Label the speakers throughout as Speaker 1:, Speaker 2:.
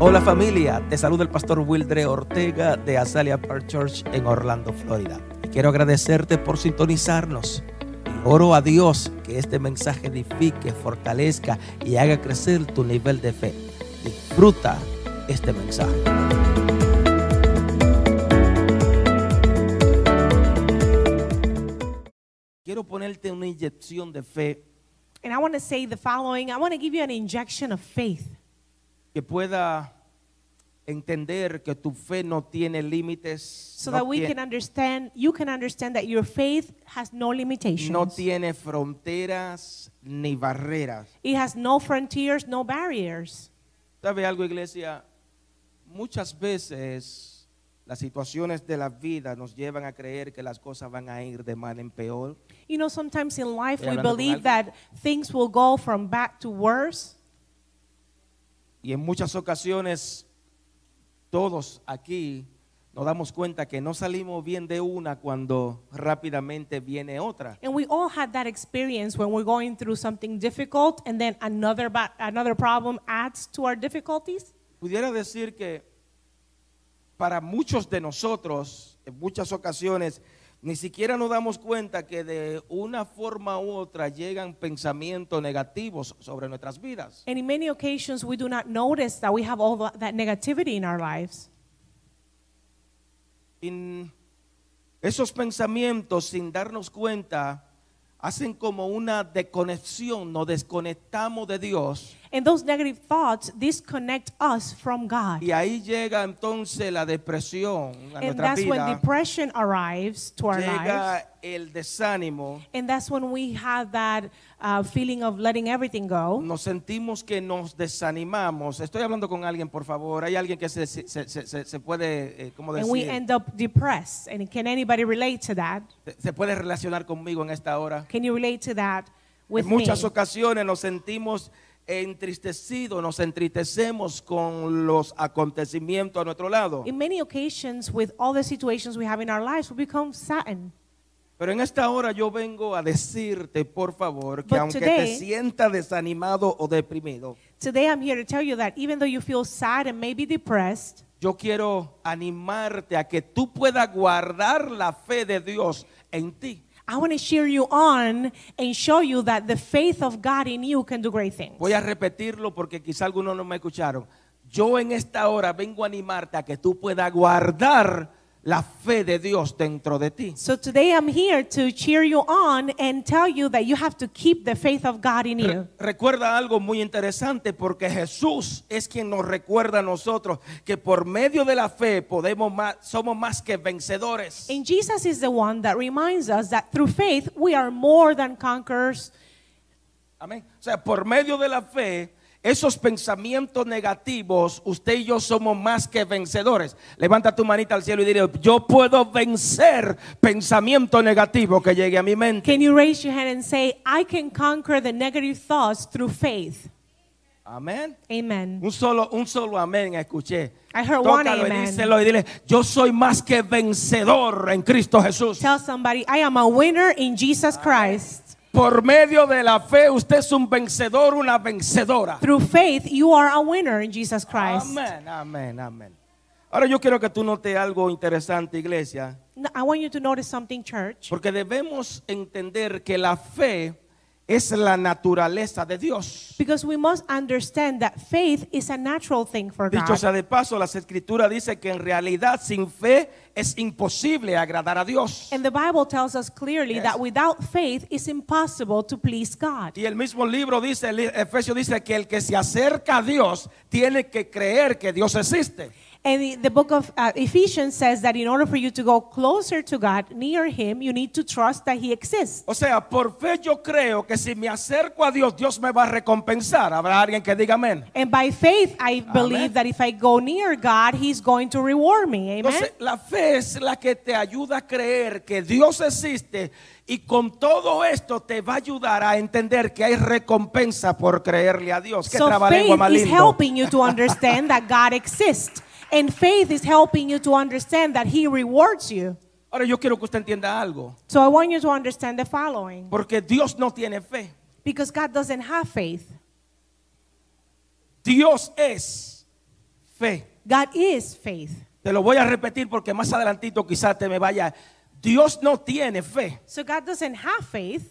Speaker 1: Hola familia, te saluda el pastor Wildre Ortega de Azalea Park Church en Orlando, Florida. Y quiero agradecerte por sintonizarnos. Y oro a Dios que este mensaje edifique, fortalezca y haga crecer tu nivel de fe. Disfruta este mensaje. Quiero ponerte una inyección de fe
Speaker 2: And I want to say the following I want to give you an injection of faith
Speaker 1: que pueda entender que tu fe no tiene límites,
Speaker 2: so
Speaker 1: no
Speaker 2: that we
Speaker 1: tiene-
Speaker 2: can understand, you can understand that your faith has no limitations.
Speaker 1: no tiene fronteras ni barreras.
Speaker 2: it has no frontiers, no barriers.
Speaker 1: ¿Sabe algo, iglesia? Muchas veces las situaciones de la vida nos llevan a creer que las cosas van a ir de mal en peor.
Speaker 2: You know, sometimes in life
Speaker 1: Estoy
Speaker 2: we
Speaker 1: hablando con alguien.
Speaker 2: believe that things will go from bad to worse.
Speaker 1: Y en muchas ocasiones todos aquí nos damos cuenta que no salimos bien de una cuando rápidamente viene otra.
Speaker 2: And we all had that experience when we're going through something difficult and then another, ba- another problem adds to our difficulties.
Speaker 1: Pudiera decir que para muchos de nosotros, en muchas ocasiones, ni siquiera nos damos cuenta que de una forma u otra llegan pensamientos negativos sobre nuestras vidas.
Speaker 2: And in many occasions, we do not notice that we have all tha- that negativity in our lives.
Speaker 1: Y esos pensamientos, sin darnos cuenta, hacen como una desconexión, nos desconectamos de Dios.
Speaker 2: And those negative thoughts disconnect us from God.
Speaker 1: Y ahí llega entonces la depresión a
Speaker 2: And
Speaker 1: nuestra
Speaker 2: that's when
Speaker 1: vida,
Speaker 2: depression arrives to our lives.
Speaker 1: llega el desánimo.
Speaker 2: And that's when we have that uh, feeling of letting everything go.
Speaker 1: nos sentimos que nos desanimamos. Estoy hablando con alguien, por favor. Hay alguien que se, se- se- se- se puede, eh, ¿cómo
Speaker 2: And we
Speaker 1: decir?
Speaker 2: end up depressed. And can anybody relate to that?
Speaker 1: Se- Se puede relacionar conmigo en esta hora.
Speaker 2: Can you relate to that with
Speaker 1: en muchas
Speaker 2: me?
Speaker 1: ocasiones nos sentimos entristecidos, nos entristecemos con los acontecimientos a nuestro lado.
Speaker 2: In many occasions, with all the situations we have in our lives, we become saddened.
Speaker 1: Pero en esta hora yo vengo a decirte, por favor, que
Speaker 2: But
Speaker 1: aunque te
Speaker 2: today-
Speaker 1: sientas desanimado o deprimido,
Speaker 2: Today, I'm here to tell you that even though you feel sad and maybe depressed,
Speaker 1: yo quiero animarte a que tú puedas guardar la fe de Dios en ti.
Speaker 2: I want to cheer you on and show you that the faith of God in you can do great things.
Speaker 1: Voy a repetirlo porque quizá algunos no me escucharon. Yo en esta hora vengo a animarte a que tú puedas guardar la fe de Dios dentro de ti.
Speaker 2: So today I'm here to cheer you on and tell you that you have to keep the faith of God in you.
Speaker 1: Recuerda algo muy interesante porque Jesús es quien nos recuerda a nosotros que por medio de la fe podemos más, somos más que vencedores.
Speaker 2: And Jesus is the one that reminds us that through faith we are more than conquerors.
Speaker 1: Amén. O sea, por medio de la fe, esos pensamientos negativos, usted y yo somos más que vencedores. Levanta tu manita al cielo y dile, yo puedo vencer pensamiento negativo que llegue a mi mente.
Speaker 2: Can you raise your hand and say, I can conquer the negative thoughts through faith?
Speaker 1: Amén.
Speaker 2: Amen.
Speaker 1: Un solo, un solo amén escuché.
Speaker 2: I heard one
Speaker 1: Tócalo y
Speaker 2: amen.
Speaker 1: díselo y dile, yo soy más que vencedor en Cristo Jesús.
Speaker 2: Tell somebody, I am a winner in Jesus Christ.
Speaker 1: Por medio de la fe, usted es un vencedor, una vencedora.
Speaker 2: Through faith, you are a winner in Jesus Christ.
Speaker 1: Amén, amén, amén. Ahora yo quiero que tú notes algo interesante, iglesia.
Speaker 2: Now, I want you to notice something, church.
Speaker 1: Porque debemos entender que la fe es la naturaleza de Dios.
Speaker 2: Because we must understand that faith is a natural thing for
Speaker 1: Dicho
Speaker 2: God.
Speaker 1: sea de paso, las escrituras dice que en realidad sin fe es imposible agradar a Dios.
Speaker 2: And the Bible tells us clearly
Speaker 1: Yes.
Speaker 2: that without faith it's impossible to please God.
Speaker 1: Y el mismo libro dice, el Efesio dice que el que se acerca a Dios tiene que creer que Dios existe.
Speaker 2: And the, the book of uh, Ephesians says that in order for you to go closer to God, near Him, you need to trust that He exists.
Speaker 1: O sea, por fe yo creo que si me acerco a Dios, Dios me va a recompensar. Habrá alguien que diga amén.
Speaker 2: And by faith, I believe that if I go near God, He's going to reward me. Amen.
Speaker 1: Entonces, la fe es la que te ayuda a creer que Dios existe y con todo esto te va a ayudar a entender que hay recompensa por creerle a Dios. Qué
Speaker 2: so
Speaker 1: trabalengua
Speaker 2: faith
Speaker 1: más
Speaker 2: is
Speaker 1: lindo.
Speaker 2: helping you to understand that God exists. And faith is helping you to understand that He rewards you.
Speaker 1: Ahora yo quiero que usted entienda algo,
Speaker 2: So I want you to understand the following
Speaker 1: porque Dios no tiene fe.
Speaker 2: because God doesn't have faith.
Speaker 1: Dios es fe.
Speaker 2: God is faith.
Speaker 1: Te lo voy a repetir porque más adelantito quizás te me vaya. Dios no tiene fe.
Speaker 2: So God doesn't have faith,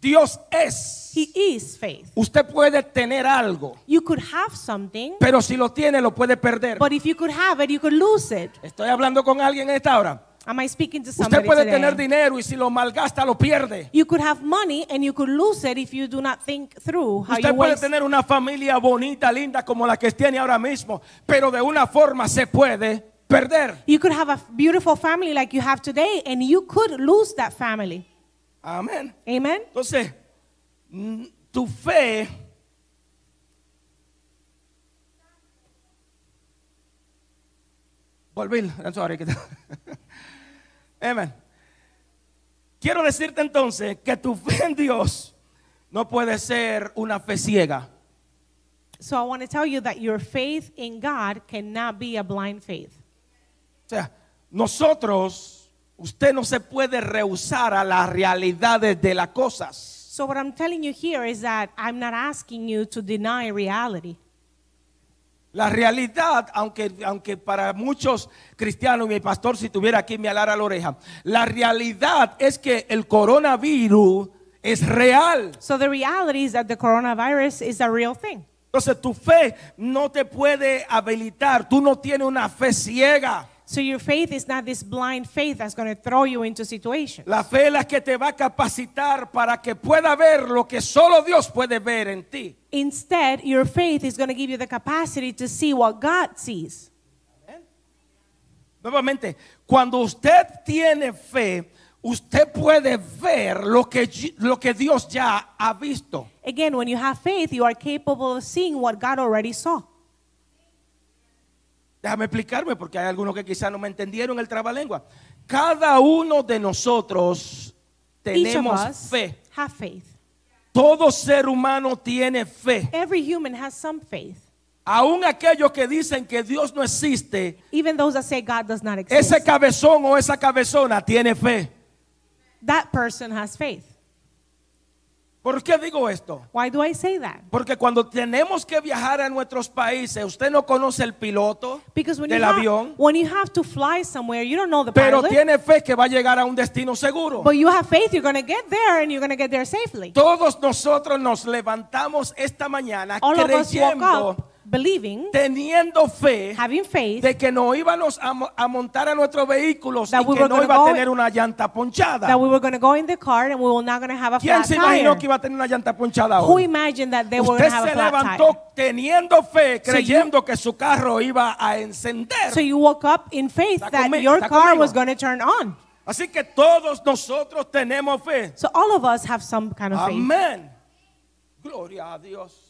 Speaker 1: Dios es.
Speaker 2: He is faith.
Speaker 1: Usted puede tener algo,
Speaker 2: You could have something,
Speaker 1: pero si lo tiene lo puede perder.
Speaker 2: but if you could have it, you could lose it.
Speaker 1: Estoy hablando con alguien en esta hora.
Speaker 2: Am I speaking to
Speaker 1: Usted
Speaker 2: somebody
Speaker 1: puede
Speaker 2: today?
Speaker 1: tener dinero y si lo malgasta lo pierde.
Speaker 2: You could have money and you could lose it if you do not think through how you
Speaker 1: Usted puede
Speaker 2: waste.
Speaker 1: tener una familia bonita, linda como la que tiene ahora mismo, pero de una forma se puede perder.
Speaker 2: You could have a beautiful family like you have today and you could lose that family.
Speaker 1: Amén.
Speaker 2: Amen.
Speaker 1: Entonces, mm, tu fe Volví, I'm sorry. que te- Amen. Quiero decirte entonces que tu fe en Dios no puede ser una fe ciega.
Speaker 2: So I want to tell you that your faith in God cannot be a blind faith.
Speaker 1: O sea, nosotros, usted no se puede rehusar a las realidades de las cosas.
Speaker 2: So what I'm telling you here is that I'm not asking you to deny reality.
Speaker 1: La realidad, aunque, aunque para muchos cristianos, mi pastor si estuviera aquí me alara la oreja, la realidad es que el coronavirus es real.
Speaker 2: So the reality is that the coronavirus is a real thing.
Speaker 1: Entonces tu fe no te puede habilitar, tú no tienes una fe ciega.
Speaker 2: So your faith is not this blind faith that's going to throw you into situations.
Speaker 1: La fe es la que te va a capacitar para que pueda ver lo que solo Dios puede ver en ti.
Speaker 2: Instead, your faith is going to give you the capacity to see what God sees.
Speaker 1: Nuevamente, cuando usted tiene fe, usted puede ver lo que, y- lo que Dios ya ha visto.
Speaker 2: Again, when you have faith, you are capable of seeing what God already saw.
Speaker 1: Déjame explicarme porque hay algunos que quizás no me entendieron el trabalengua. Cada uno de nosotros
Speaker 2: Each of
Speaker 1: tenemos
Speaker 2: us
Speaker 1: fe.
Speaker 2: have faith.
Speaker 1: Todo ser humano tiene fe.
Speaker 2: Every human has some faith.
Speaker 1: Aún aquellos que dicen que Dios no existe,
Speaker 2: Even those that say God does not exist.
Speaker 1: ese cabezón o esa cabezona tiene fe.
Speaker 2: that person has faith.
Speaker 1: ¿Por qué digo esto?
Speaker 2: Why do I say that?
Speaker 1: Porque cuando tenemos que viajar a nuestros países, usted no conoce el piloto
Speaker 2: Because when you,
Speaker 1: del
Speaker 2: have,
Speaker 1: avión,
Speaker 2: when you have to fly somewhere, you don't know the
Speaker 1: pero
Speaker 2: pilot,
Speaker 1: tiene fe que va a llegar a un destino seguro.
Speaker 2: but you have faith you're going to get there and you're going to get there safely.
Speaker 1: Todos nosotros nos levantamos esta mañana
Speaker 2: All of us woke
Speaker 1: creyendo,
Speaker 2: up believing,
Speaker 1: teniendo fe
Speaker 2: having faith
Speaker 1: de que no íbamos a, mo- a montar a nuestros vehículos y
Speaker 2: That we
Speaker 1: que
Speaker 2: were
Speaker 1: no
Speaker 2: gonna
Speaker 1: iba a
Speaker 2: go-
Speaker 1: tener una llanta ponchada.
Speaker 2: that we were going to go in the car and we were not going to have a
Speaker 1: ¿Quién
Speaker 2: flat
Speaker 1: se imaginó
Speaker 2: tire.
Speaker 1: que iba a tener una llanta ponchada
Speaker 2: Who
Speaker 1: hoy?
Speaker 2: imagined that they were going
Speaker 1: Usted
Speaker 2: to have a
Speaker 1: se
Speaker 2: flat
Speaker 1: levantó
Speaker 2: tire?
Speaker 1: teniendo fe,
Speaker 2: So you-
Speaker 1: creyendo que su carro iba a encender.
Speaker 2: So you woke up in faith
Speaker 1: Está
Speaker 2: that
Speaker 1: conmigo,
Speaker 2: your
Speaker 1: está
Speaker 2: car
Speaker 1: conmigo.
Speaker 2: was going to turn on.
Speaker 1: Así que todos nosotros tenemos fe.
Speaker 2: So all of us have some kind of faith.
Speaker 1: Amén. Gloria a Dios.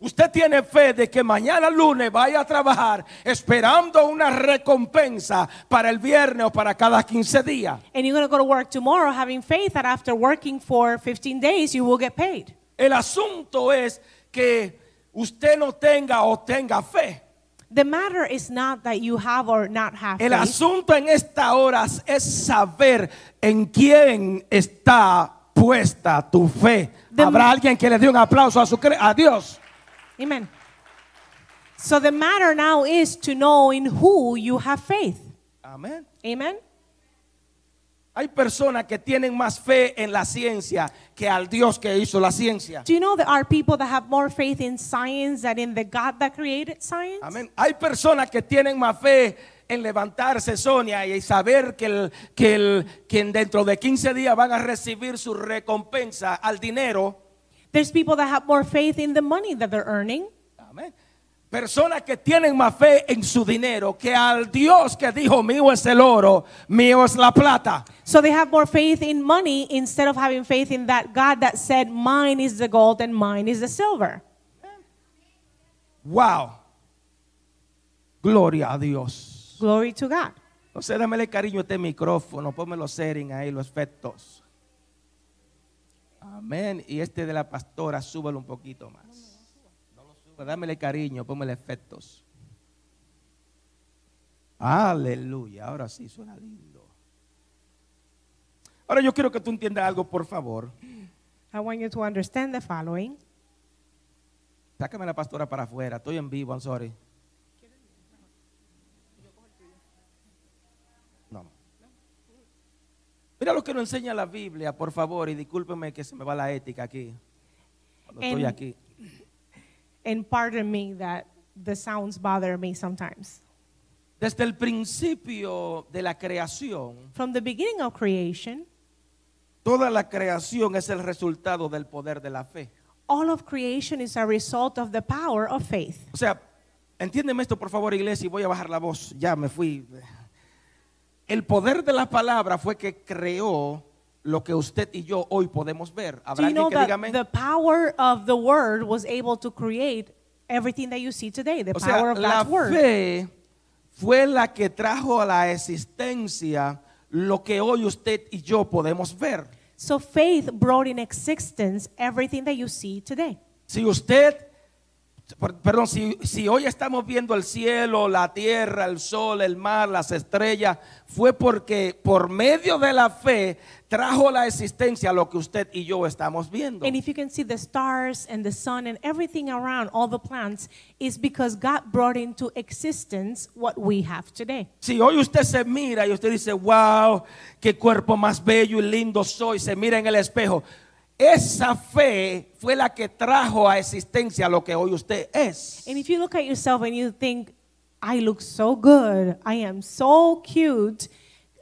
Speaker 1: Usted tiene fe de que mañana lunes vaya a trabajar esperando una recompensa para el viernes o para cada 15 días.
Speaker 2: And you're going to go to work tomorrow having faith that after working for 15 days, you will get paid.
Speaker 1: El asunto es que usted no tenga o tenga fe.
Speaker 2: The matter is not that you have or not have
Speaker 1: El
Speaker 2: faith.
Speaker 1: asunto en esta hora es saber en quién está puesta tu fe.
Speaker 2: The-
Speaker 1: Habrá alguien que le dé un aplauso a, su cre- a Dios.
Speaker 2: Amen. So the matter now is to know in who you have faith.
Speaker 1: Amén.
Speaker 2: Amen.
Speaker 1: Hay personas que tienen más fe en la ciencia que al Dios que hizo la ciencia.
Speaker 2: Do you know there are people that have more faith in science than in the God that created science?
Speaker 1: Amén. Hay personas que tienen más fe en levantarse, Sonia, y saber que, el, que, el, que dentro de 15 días van a recibir su recompensa al dinero.
Speaker 2: There's people that have more faith in the money that they're earning.
Speaker 1: Amén. Personas que tienen más fe en su dinero que al Dios que dijo, mío es el oro, mío es la plata.
Speaker 2: So they have more faith in money instead of having faith in that God that said, Mine is the gold and mine is the silver.
Speaker 1: Wow. Gloria a Dios.
Speaker 2: Glory to God.
Speaker 1: No sé, dámele cariño a este micrófono, pónmelo setting ahí, los efectos. Amén. Y este de la pastora, súbalo un poquito más. Pues dámele cariño, pónmele efectos. Aleluya, ahora sí suena lindo. Ahora yo quiero que tú entiendas algo, por favor.
Speaker 2: I want you to understand the following.
Speaker 1: Sácame a la pastora para afuera, estoy en vivo, I'm sorry. Mira lo que nos enseña la Biblia, por favor, y discúlpeme que se me va la ética aquí. Cuando estoy
Speaker 2: En-
Speaker 1: aquí.
Speaker 2: And pardon me that the sounds bother me sometimes.
Speaker 1: Desde el principio de la creación,
Speaker 2: From the beginning of creation,
Speaker 1: toda la creación es el resultado del poder de la fe.
Speaker 2: all of creation is a result of the power of faith.
Speaker 1: O sea, entiéndeme esto por favor, iglesia, y voy a bajar la voz. Ya me fui. El poder de la palabra fue que creó lo que usted y yo hoy podemos ver.
Speaker 2: Do
Speaker 1: Habrá
Speaker 2: you know
Speaker 1: alguien que diga
Speaker 2: that
Speaker 1: amén?
Speaker 2: the power of the word was able to create everything that you see today? The
Speaker 1: O sea,
Speaker 2: power of
Speaker 1: la
Speaker 2: God's word.
Speaker 1: fe fue la que trajo a la existencia lo que hoy usted y yo podemos ver.
Speaker 2: So faith brought in existence everything that you see today.
Speaker 1: Si usted, per- perdón, si, si hoy estamos viendo el cielo, la tierra, el sol, el mar, las estrellas, fue porque por medio de la fe trajo la existencia lo que usted y yo estamos viendo.
Speaker 2: And if you can see the stars and the sun and everything around, all the plants, is because God brought into existence what we have today.
Speaker 1: Si hoy usted se mira y usted dice, wow, qué cuerpo más bello y lindo soy, se mira en el espejo. Esa fe fue la que trajo a existencia lo que hoy usted es.
Speaker 2: And if you look at yourself and you think, I look so good, I am so cute,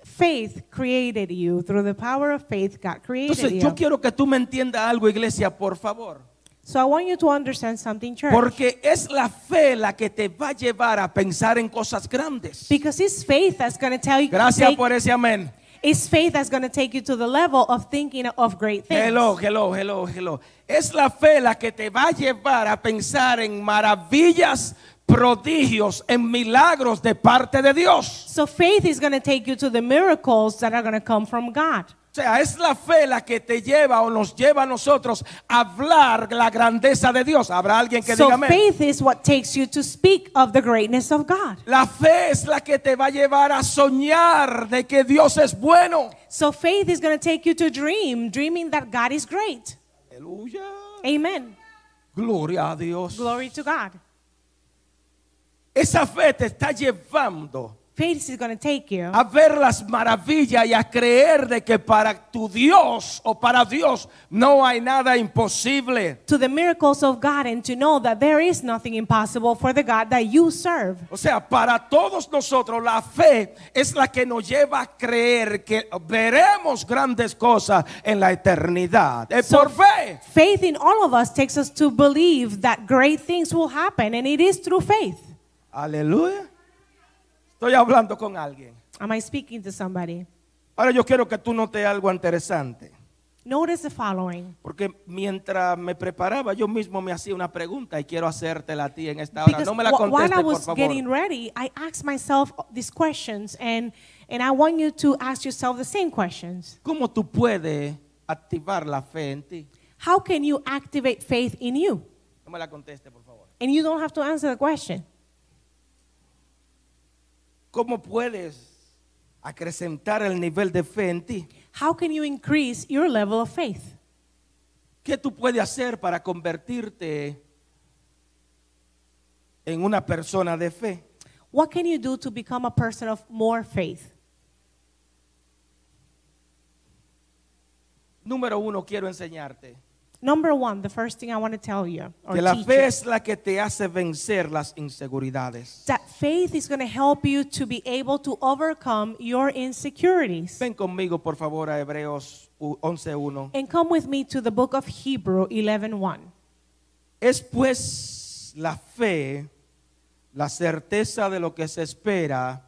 Speaker 2: faith created you. Through the power of faith, God created
Speaker 1: Entonces yo
Speaker 2: you.
Speaker 1: quiero que tú me entiendas algo, iglesia, por favor.
Speaker 2: So I want you to understand something, church.
Speaker 1: Porque es la fe la que te va a llevar a pensar en cosas grandes.
Speaker 2: because it's faith that's going to tell you.
Speaker 1: Gracias
Speaker 2: take-
Speaker 1: por ese amén.
Speaker 2: It's faith that's going to take you to the level of thinking of great things.
Speaker 1: Hello, hello, hello, hello. Es la fe la que te va a llevar a pensar en maravillas, prodigios, en milagros de parte de Dios.
Speaker 2: So faith is going to take you to the miracles that are going to come from God.
Speaker 1: O sea, es la fe la que te lleva o nos lleva a nosotros a hablar la grandeza de Dios. Habrá alguien que
Speaker 2: So
Speaker 1: diga amén?
Speaker 2: faith is what takes you to speak of the greatness of God.
Speaker 1: La fe es la que te va a llevar a soñar de que Dios es bueno.
Speaker 2: So faith is going to take you to dream, dreaming that God is great.
Speaker 1: Aleluya.
Speaker 2: Amen.
Speaker 1: Gloria a Dios.
Speaker 2: Glory to God.
Speaker 1: Esa fe te está llevando
Speaker 2: Faith is going to take you
Speaker 1: a ver las maravillas y a creer de que para tu Dios o para Dios no hay nada imposible.
Speaker 2: to the miracles of God and to know that there is nothing impossible for the God that you serve.
Speaker 1: O sea, para todos nosotros la fe es la que nos lleva a creer que veremos grandes cosas en la eternidad. Es
Speaker 2: So-
Speaker 1: por fe.
Speaker 2: Faith in all of us takes us to believe that great things will happen, and it is through faith.
Speaker 1: Aleluya. Estoy hablando con alguien.
Speaker 2: Am I speaking to somebody?
Speaker 1: Ahora yo quiero que tú notes algo interesante.
Speaker 2: Notice the following.
Speaker 1: Porque mientras me preparaba, yo mismo me hacía una pregunta y quiero hacértela a ti en esta hora.
Speaker 2: Because
Speaker 1: No me la
Speaker 2: wh- while I
Speaker 1: contestes, por
Speaker 2: was
Speaker 1: favor.
Speaker 2: getting ready, I asked myself these questions, and, and I want you to ask yourself the same questions.
Speaker 1: ¿Cómo tú puedes activar la fe en ti?
Speaker 2: How can you activate faith in you?
Speaker 1: No me la conteste, por favor.
Speaker 2: And you don't have to answer the question.
Speaker 1: ¿Cómo puedes acrecentar el nivel de fe en ti?
Speaker 2: How can you increase your level of faith?
Speaker 1: ¿Qué tú puedes hacer para convertirte en una persona de fe?
Speaker 2: What can you do to become a person of more faith?
Speaker 1: Número uno, quiero enseñarte
Speaker 2: Number one, the first thing I want to tell you, or
Speaker 1: que la
Speaker 2: teach
Speaker 1: fe
Speaker 2: you,
Speaker 1: es la que te hace vencer las inseguridades.
Speaker 2: that faith is going to help you to be able to overcome your insecurities.
Speaker 1: Ven conmigo, por favor, a Hebreos u- 11.1.
Speaker 2: And come with me to the book of Hebrew 11:1.
Speaker 1: Es pues la fe, la certeza de lo que se espera,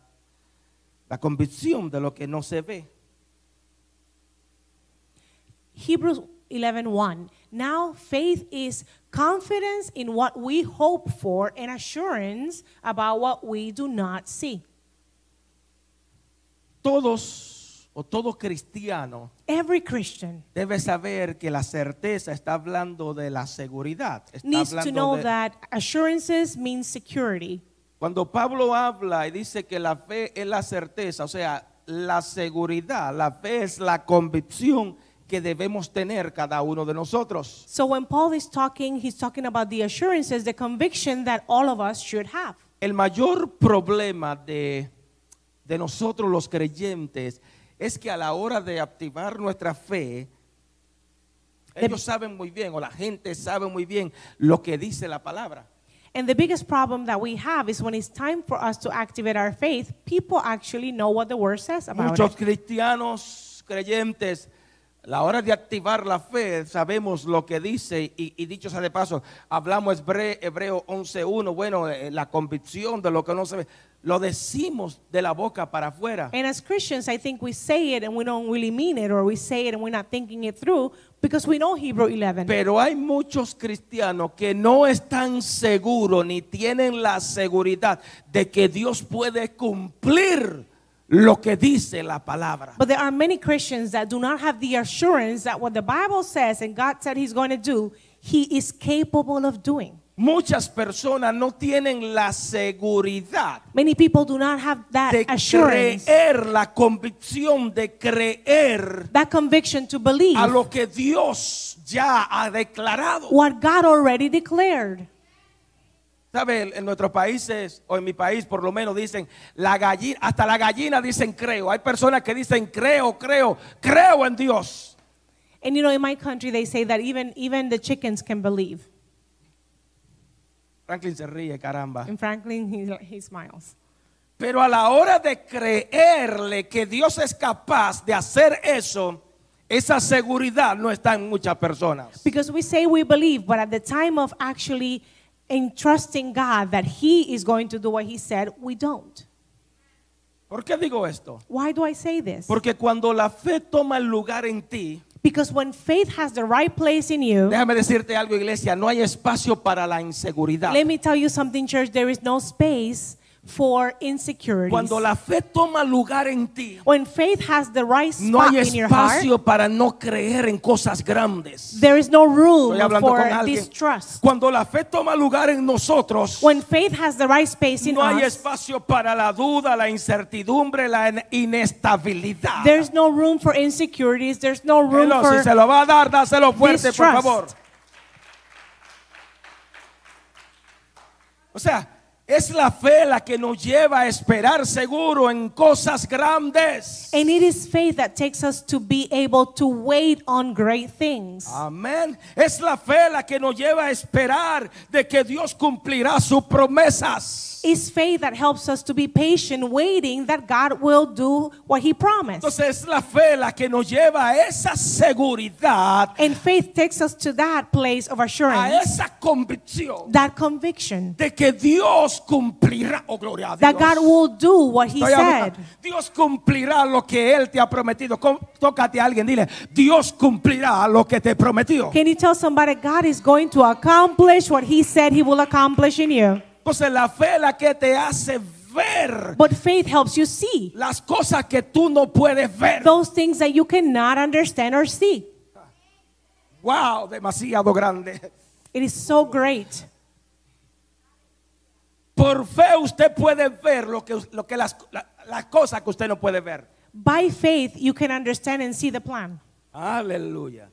Speaker 1: la convicción de lo que no se ve.
Speaker 2: Hebrews 11:1. Now faith is confidence in what we hope for and assurance about what we do not see.
Speaker 1: Todos o todo cristiano
Speaker 2: Every Christian
Speaker 1: debe saber que la certeza está hablando de la seguridad. está
Speaker 2: needs to
Speaker 1: hablando
Speaker 2: know
Speaker 1: de-
Speaker 2: that assurances mean security.
Speaker 1: Cuando Pablo habla y dice que la fe es la certeza, o sea, la seguridad, la fe es la convicción que debemos tener cada uno de nosotros.
Speaker 2: So when Paul is talking, he's talking about the assurances, the conviction that all of us should have.
Speaker 1: El mayor problema de, de nosotros los creyentes es que a la hora de activar nuestra fe, ellos saben muy bien, o la gente sabe muy bien lo que dice la palabra.
Speaker 2: And the biggest problem that we have is when it's time for us to activate our faith, people actually know what the word says about
Speaker 1: Muchos
Speaker 2: it.
Speaker 1: cristianos creyentes, a la hora de activar la fe, sabemos lo que dice y, y dicho sea de paso, hablamos hebre- Hebreo 11.1, bueno, eh, la convicción de lo que no se ve, lo decimos de la boca para afuera.
Speaker 2: And as Christians, I think we say it and we don't really mean it, or we say it and we're not thinking it through because we know Hebrew 11.
Speaker 1: Pero hay muchos cristianos que no están seguros ni tienen la seguridad de que Dios puede cumplir lo que dice la palabra.
Speaker 2: But there are many Christians that do not have the assurance that what the Bible says and God said He's going to do, He is capable of doing.
Speaker 1: Muchas personas no tienen la seguridad
Speaker 2: Many people do not have that
Speaker 1: de
Speaker 2: assurance,
Speaker 1: creer, la convicción de creer
Speaker 2: that conviction to believe
Speaker 1: a lo que Dios ya ha declarado.
Speaker 2: what God already declared.
Speaker 1: ¿Sabe? En nuestros países, o en mi país por lo menos, dicen, la gallina, hasta la gallina dicen creo. Hay personas que dicen creo, creo, creo en Dios.
Speaker 2: And you know, in my country, they say that even, even the chickens can believe.
Speaker 1: Franklin se ríe, caramba.
Speaker 2: And Franklin, he, he smiles.
Speaker 1: Pero a la hora de creerle que Dios es capaz de hacer eso, esa seguridad no está en muchas personas.
Speaker 2: Because we say we believe, but at the time of actually entrusting God that He is going to do what He said, we don't.
Speaker 1: ¿Por qué digo esto?
Speaker 2: Why do I say this?
Speaker 1: Porque cuando la fe toma el lugar en ti,
Speaker 2: Because when faith has the right place in you,
Speaker 1: déjame decirte algo, iglesia, no hay espacio para la inseguridad.
Speaker 2: let me tell you something, church, there is no space for insecurities.
Speaker 1: Cuando la fe toma lugar en ti,
Speaker 2: When faith has the right
Speaker 1: no
Speaker 2: spot
Speaker 1: hay
Speaker 2: in your heart,
Speaker 1: espacio para no creer en cosas grandes.
Speaker 2: there is no room
Speaker 1: Estoy hablando con
Speaker 2: for
Speaker 1: alguien.
Speaker 2: distrust.
Speaker 1: Cuando la fe toma lugar en nosotros,
Speaker 2: When faith has the right space in
Speaker 1: no hay
Speaker 2: us,
Speaker 1: espacio para la duda, la incertidumbre, la in- inestabilidad.
Speaker 2: there's no room for insecurities, there's no room
Speaker 1: Hello, si
Speaker 2: for
Speaker 1: se lo va a dar, dáselo fuerte, por
Speaker 2: distrust.
Speaker 1: favor. O sea, es la fe la que nos lleva a esperar seguro en cosas grandes.
Speaker 2: And it is faith that takes us to be able to wait on great things.
Speaker 1: Ah. Amén. Es la fe la que nos lleva a esperar de que Dios cumplirá sus promesas.
Speaker 2: It's faith that helps us to be patient, waiting that God will do what He promised.
Speaker 1: Entonces es la fe la que nos lleva a esa seguridad,
Speaker 2: And faith takes us to that place of
Speaker 1: a
Speaker 2: assurance,
Speaker 1: esa convicción
Speaker 2: that conviction
Speaker 1: de que Dios cumplirá. Oh, gloria a Dios.
Speaker 2: that God will do what He
Speaker 1: Estoy hablando-
Speaker 2: said.
Speaker 1: Dios cumplirá lo que Él te ha prometido. Com- Tócate a alguien, dile, Dios cumplirá lo que te prometió.
Speaker 2: Can you tell somebody God is going to accomplish what He said He will accomplish in you?
Speaker 1: Entonces la fe es la que te hace ver
Speaker 2: But faith helps you see
Speaker 1: las cosas que tú no puedes ver.
Speaker 2: those things that you cannot understand or see.
Speaker 1: Wow, demasiado grande.
Speaker 2: It is so great.
Speaker 1: Por fe usted puede ver lo que, lo que las, la- las cosas que usted no puede ver.
Speaker 2: By faith, you can understand and see the plan.
Speaker 1: Aleluya.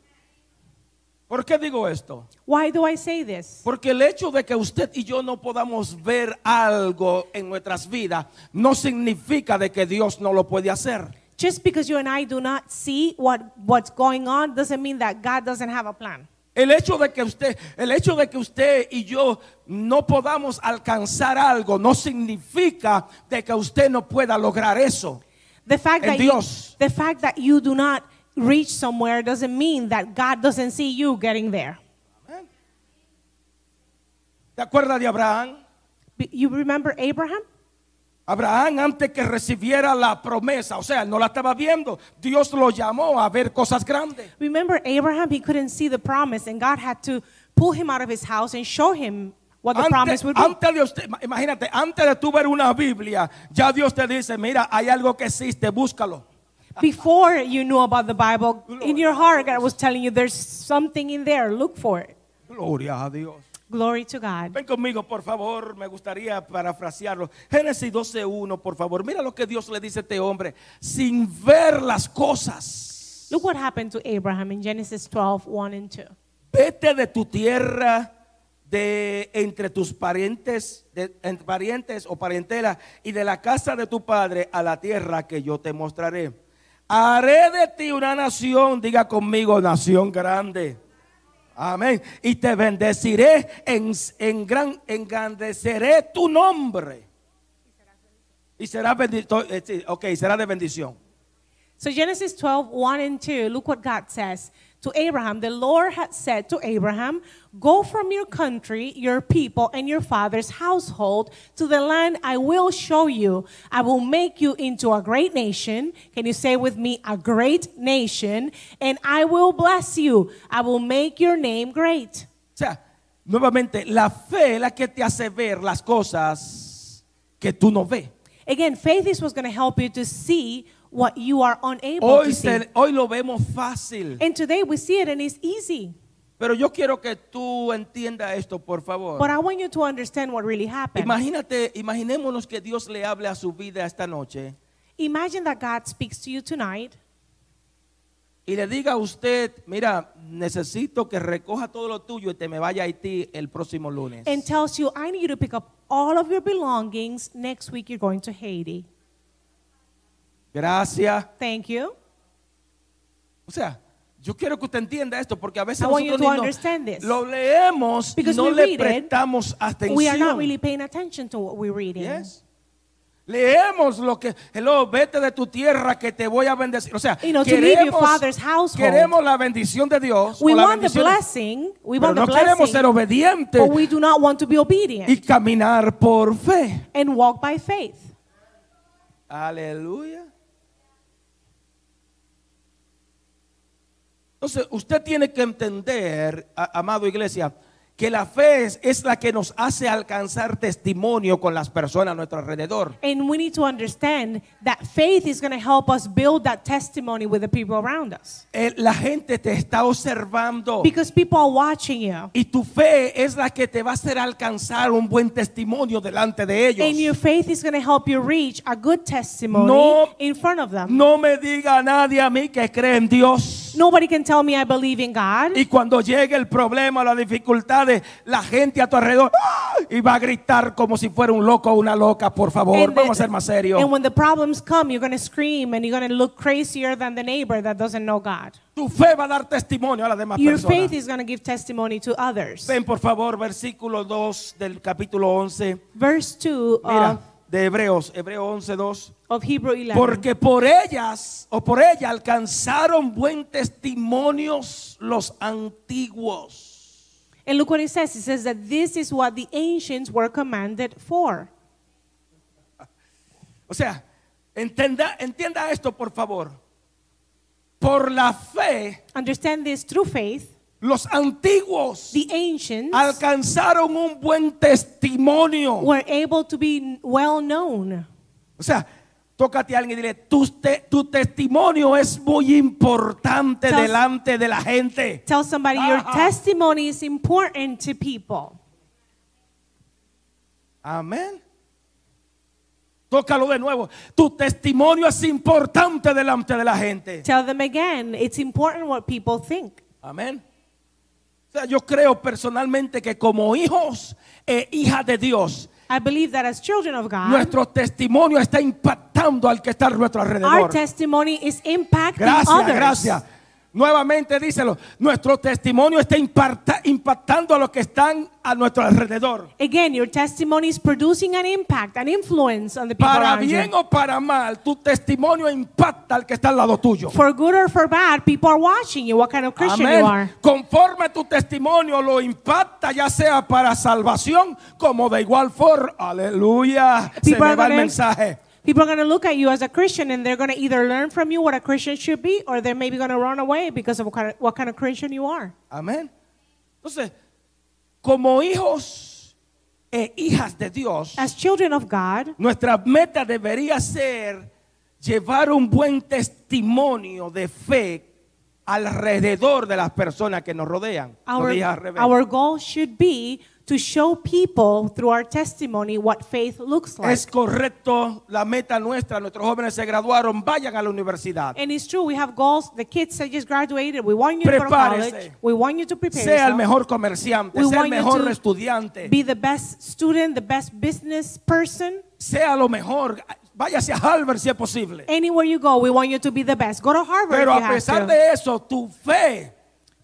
Speaker 1: ¿Por qué digo esto?
Speaker 2: Why do I say this?
Speaker 1: Porque el hecho de que usted y yo no podamos ver algo en nuestras vidas no significa de que Dios no lo puede hacer.
Speaker 2: Just because you and I do not see what, what's going on doesn't mean that God doesn't have a plan.
Speaker 1: El hecho de que usted, el hecho de que usted y yo no podamos alcanzar algo no significa de que usted no pueda lograr eso.
Speaker 2: The fact,
Speaker 1: En
Speaker 2: that you,
Speaker 1: Dios.
Speaker 2: the fact that you do not reach somewhere doesn't mean that God doesn't see you getting there.
Speaker 1: ¿Te acuerdas de Abraham?
Speaker 2: B- You remember Abraham?
Speaker 1: Abraham antes que recibiera la promesa, o sea, no la estaba viendo, Dios lo llamó a ver cosas grandes.
Speaker 2: Remember Abraham? He couldn't see the promise, and God had to pull him out of his house and show him what the
Speaker 1: Antes,
Speaker 2: promise would be.
Speaker 1: antes de usted, ma- imagínate, antes de tú ver una Biblia, ya Dios te dice, mira, hay algo que existe, búscalo.
Speaker 2: Before you knew about the Bible,
Speaker 1: Lord,
Speaker 2: in your heart, God was telling you there's something in there. Look for it.
Speaker 1: Gloria a Dios.
Speaker 2: Glory to God.
Speaker 1: Ven conmigo, por favor, me gustaría parafrasearlo. Génesis 12.1, por favor. Mira lo que Dios le dice a este hombre, sin ver las cosas.
Speaker 2: Look what happened to Abraham in Genesis 12, 1 and 2.
Speaker 1: Vete de tu tierra, de entre tus parientes, de, entre parientes o parentela, y de la casa de tu padre a la tierra que yo te mostraré. Haré de ti una nación, diga conmigo, nación grande. Amén. Y te bendeciré, en, en gran, engrandeceré tu nombre. Y será bendito, eh, sí, ok, será de bendición.
Speaker 2: So Genesis 12, 1 and 2, look what God says to Abraham. The Lord had said to Abraham, Go from your country, your people, and your father's household to the land I will show you. I will make you into a great nation. Can you say with me, a great nation? And I will bless you. I will make your name great.
Speaker 1: O sea, nuevamente, la fe es la que te hace ver las cosas que tú no ves.
Speaker 2: Again, faith is what's going to help you to see what you are unable
Speaker 1: Hoy,
Speaker 2: to see.
Speaker 1: se- hoy lo vemos fácil.
Speaker 2: And today we see it and it's easy.
Speaker 1: Pero yo quiero que tú entiendas esto, por
Speaker 2: But
Speaker 1: favor.
Speaker 2: I want you to understand what really happened.
Speaker 1: Imagínate, imaginémonos que Dios le hable a su vida esta noche
Speaker 2: Imagine that God speaks to you tonight
Speaker 1: y le diga a usted, mira, necesito que recoja todo lo tuyo y te me vaya a Haití el próximo lunes.
Speaker 2: and tells you, I need you to pick up all of your belongings. Next week, you're going to Haiti.
Speaker 1: Gracias.
Speaker 2: Thank you.
Speaker 1: O sea, yo quiero que usted entienda esto porque a veces
Speaker 2: I want you
Speaker 1: nosotros
Speaker 2: to
Speaker 1: ni no-
Speaker 2: understand this.
Speaker 1: lo leemos y
Speaker 2: Because
Speaker 1: no
Speaker 2: we read
Speaker 1: le
Speaker 2: it,
Speaker 1: prestamos atención.
Speaker 2: We are not really paying attention to what we're reading.
Speaker 1: Yes. Leemos lo que, hello, vete de tu tierra que te voy a bendecir. O sea,
Speaker 2: You know, to leave your
Speaker 1: queremos,
Speaker 2: father's household.
Speaker 1: queremos la bendición de Dios.
Speaker 2: We
Speaker 1: o la
Speaker 2: want the
Speaker 1: bendición-
Speaker 2: blessing, we
Speaker 1: pero
Speaker 2: want
Speaker 1: no
Speaker 2: the
Speaker 1: queremos ser
Speaker 2: blessing,
Speaker 1: obedientes
Speaker 2: but we do not want to be obedient
Speaker 1: y caminar por fe.
Speaker 2: and walk by faith.
Speaker 1: Aleluya. Entonces, usted tiene que entender, a- amado iglesia, que la fe es, es la que nos hace alcanzar testimonio con las personas a nuestro alrededor.
Speaker 2: And we need to understand that faith is going to help us build that testimony with the people around us.
Speaker 1: Eh, La gente te está observando.
Speaker 2: Because people are watching you.
Speaker 1: Y tu fe es la que te va a hacer alcanzar un buen testimonio delante de
Speaker 2: And your
Speaker 1: ellos.
Speaker 2: faith is going to help you reach a good testimony
Speaker 1: No.
Speaker 2: in front of them.
Speaker 1: No me diga a nadie a mí que cree en Dios.
Speaker 2: Nobody can tell me I believe in God.
Speaker 1: Y cuando llegue el problema, las dificultades, la gente a tu alrededor ¡ah! y va a gritar como si fuera un loco o una loca. Por favor,
Speaker 2: And the-
Speaker 1: vamos a ser más serios.
Speaker 2: And when the problems come, you're going to scream and you're going to look crazier than the neighbor that doesn't know God.
Speaker 1: Tu fe va a dar testimonio a las demás
Speaker 2: Your
Speaker 1: personas.
Speaker 2: faith is going to give testimony to others.
Speaker 1: Ven, por favor, versículo 2 del capítulo 11.
Speaker 2: Verse 2
Speaker 1: Mira,
Speaker 2: of,
Speaker 1: de Hebreos, Hebreo 11, 2.
Speaker 2: of Hebrew 11.
Speaker 1: Porque por ellas o por ella alcanzaron buen testimonios los antiguos.
Speaker 2: And look what it says. It says that this is what the ancients were commanded for.
Speaker 1: O sea, entenda, entienda esto por favor. Por la fe,
Speaker 2: Understand this through faith.
Speaker 1: los antiguos
Speaker 2: The ancients
Speaker 1: alcanzaron un buen testimonio.
Speaker 2: were able to be well known.
Speaker 1: O sea, tócate a alguien y dile, tu, te- tu testimonio es muy importante
Speaker 2: Tell-
Speaker 1: delante de la gente.
Speaker 2: Tell somebody your
Speaker 1: Ah, ah.
Speaker 2: testimony is important to people.
Speaker 1: Amén. Tócalo de nuevo. Tu testimonio es importante delante de la gente.
Speaker 2: Tell them again, it's important what people think.
Speaker 1: Amén. O sea, yo creo personalmente que como hijos e hijas de Dios,
Speaker 2: I believe that as children of God,
Speaker 1: nuestro testimonio está impactando al que está a nuestro
Speaker 2: our
Speaker 1: alrededor.
Speaker 2: testimony is impacting
Speaker 1: Gracias,
Speaker 2: others.
Speaker 1: gracias. Nuevamente díselo. Nuestro testimonio está imparta- impactando a los que están a nuestro alrededor.
Speaker 2: Again, your testimony is producing an impact, an influence on the people
Speaker 1: Para
Speaker 2: around
Speaker 1: bien
Speaker 2: you.
Speaker 1: o para mal, tu testimonio impacta al que está al lado tuyo.
Speaker 2: For good or for bad, people are watching you, what kind of Christian you are.
Speaker 1: Amén. Conforme tu testimonio lo impacta, ya sea para salvación como de igual forma. Aleluya. Se
Speaker 2: People
Speaker 1: me
Speaker 2: are
Speaker 1: va el
Speaker 2: gonna-
Speaker 1: mensaje.
Speaker 2: People are going to look at you as a Christian and they're going to either learn from you what a Christian should be or they're maybe going to run away because of what kind of, what kind of Christian you are.
Speaker 1: Amén. Entonces, como hijos e hijas de Dios,
Speaker 2: As children of God,
Speaker 1: nuestra meta debería ser llevar un buen testimonio de fe alrededor de las personas que nos rodean. Lo
Speaker 2: our,
Speaker 1: dije al revés.
Speaker 2: our goal should be to show people through our testimony what faith looks like.
Speaker 1: Es correcto la meta nuestra. Nuestros jóvenes se graduaron, vayan a la universidad.
Speaker 2: And it's true, we have goals. The kids that just graduated, we want you to go to
Speaker 1: Prepárese.
Speaker 2: college. We want you to prepare
Speaker 1: Sea el
Speaker 2: yourself.
Speaker 1: mejor comerciante,
Speaker 2: We
Speaker 1: sea el
Speaker 2: want you
Speaker 1: mejor
Speaker 2: to
Speaker 1: estudiante,
Speaker 2: Be the best student, the best business person.
Speaker 1: sea lo mejor. Váyase a Harvard si es posible.
Speaker 2: Anywhere you go, we want you to be the best. Go to Harvard
Speaker 1: Pero
Speaker 2: if you
Speaker 1: a
Speaker 2: have
Speaker 1: pesar
Speaker 2: to.
Speaker 1: de eso, tu fe,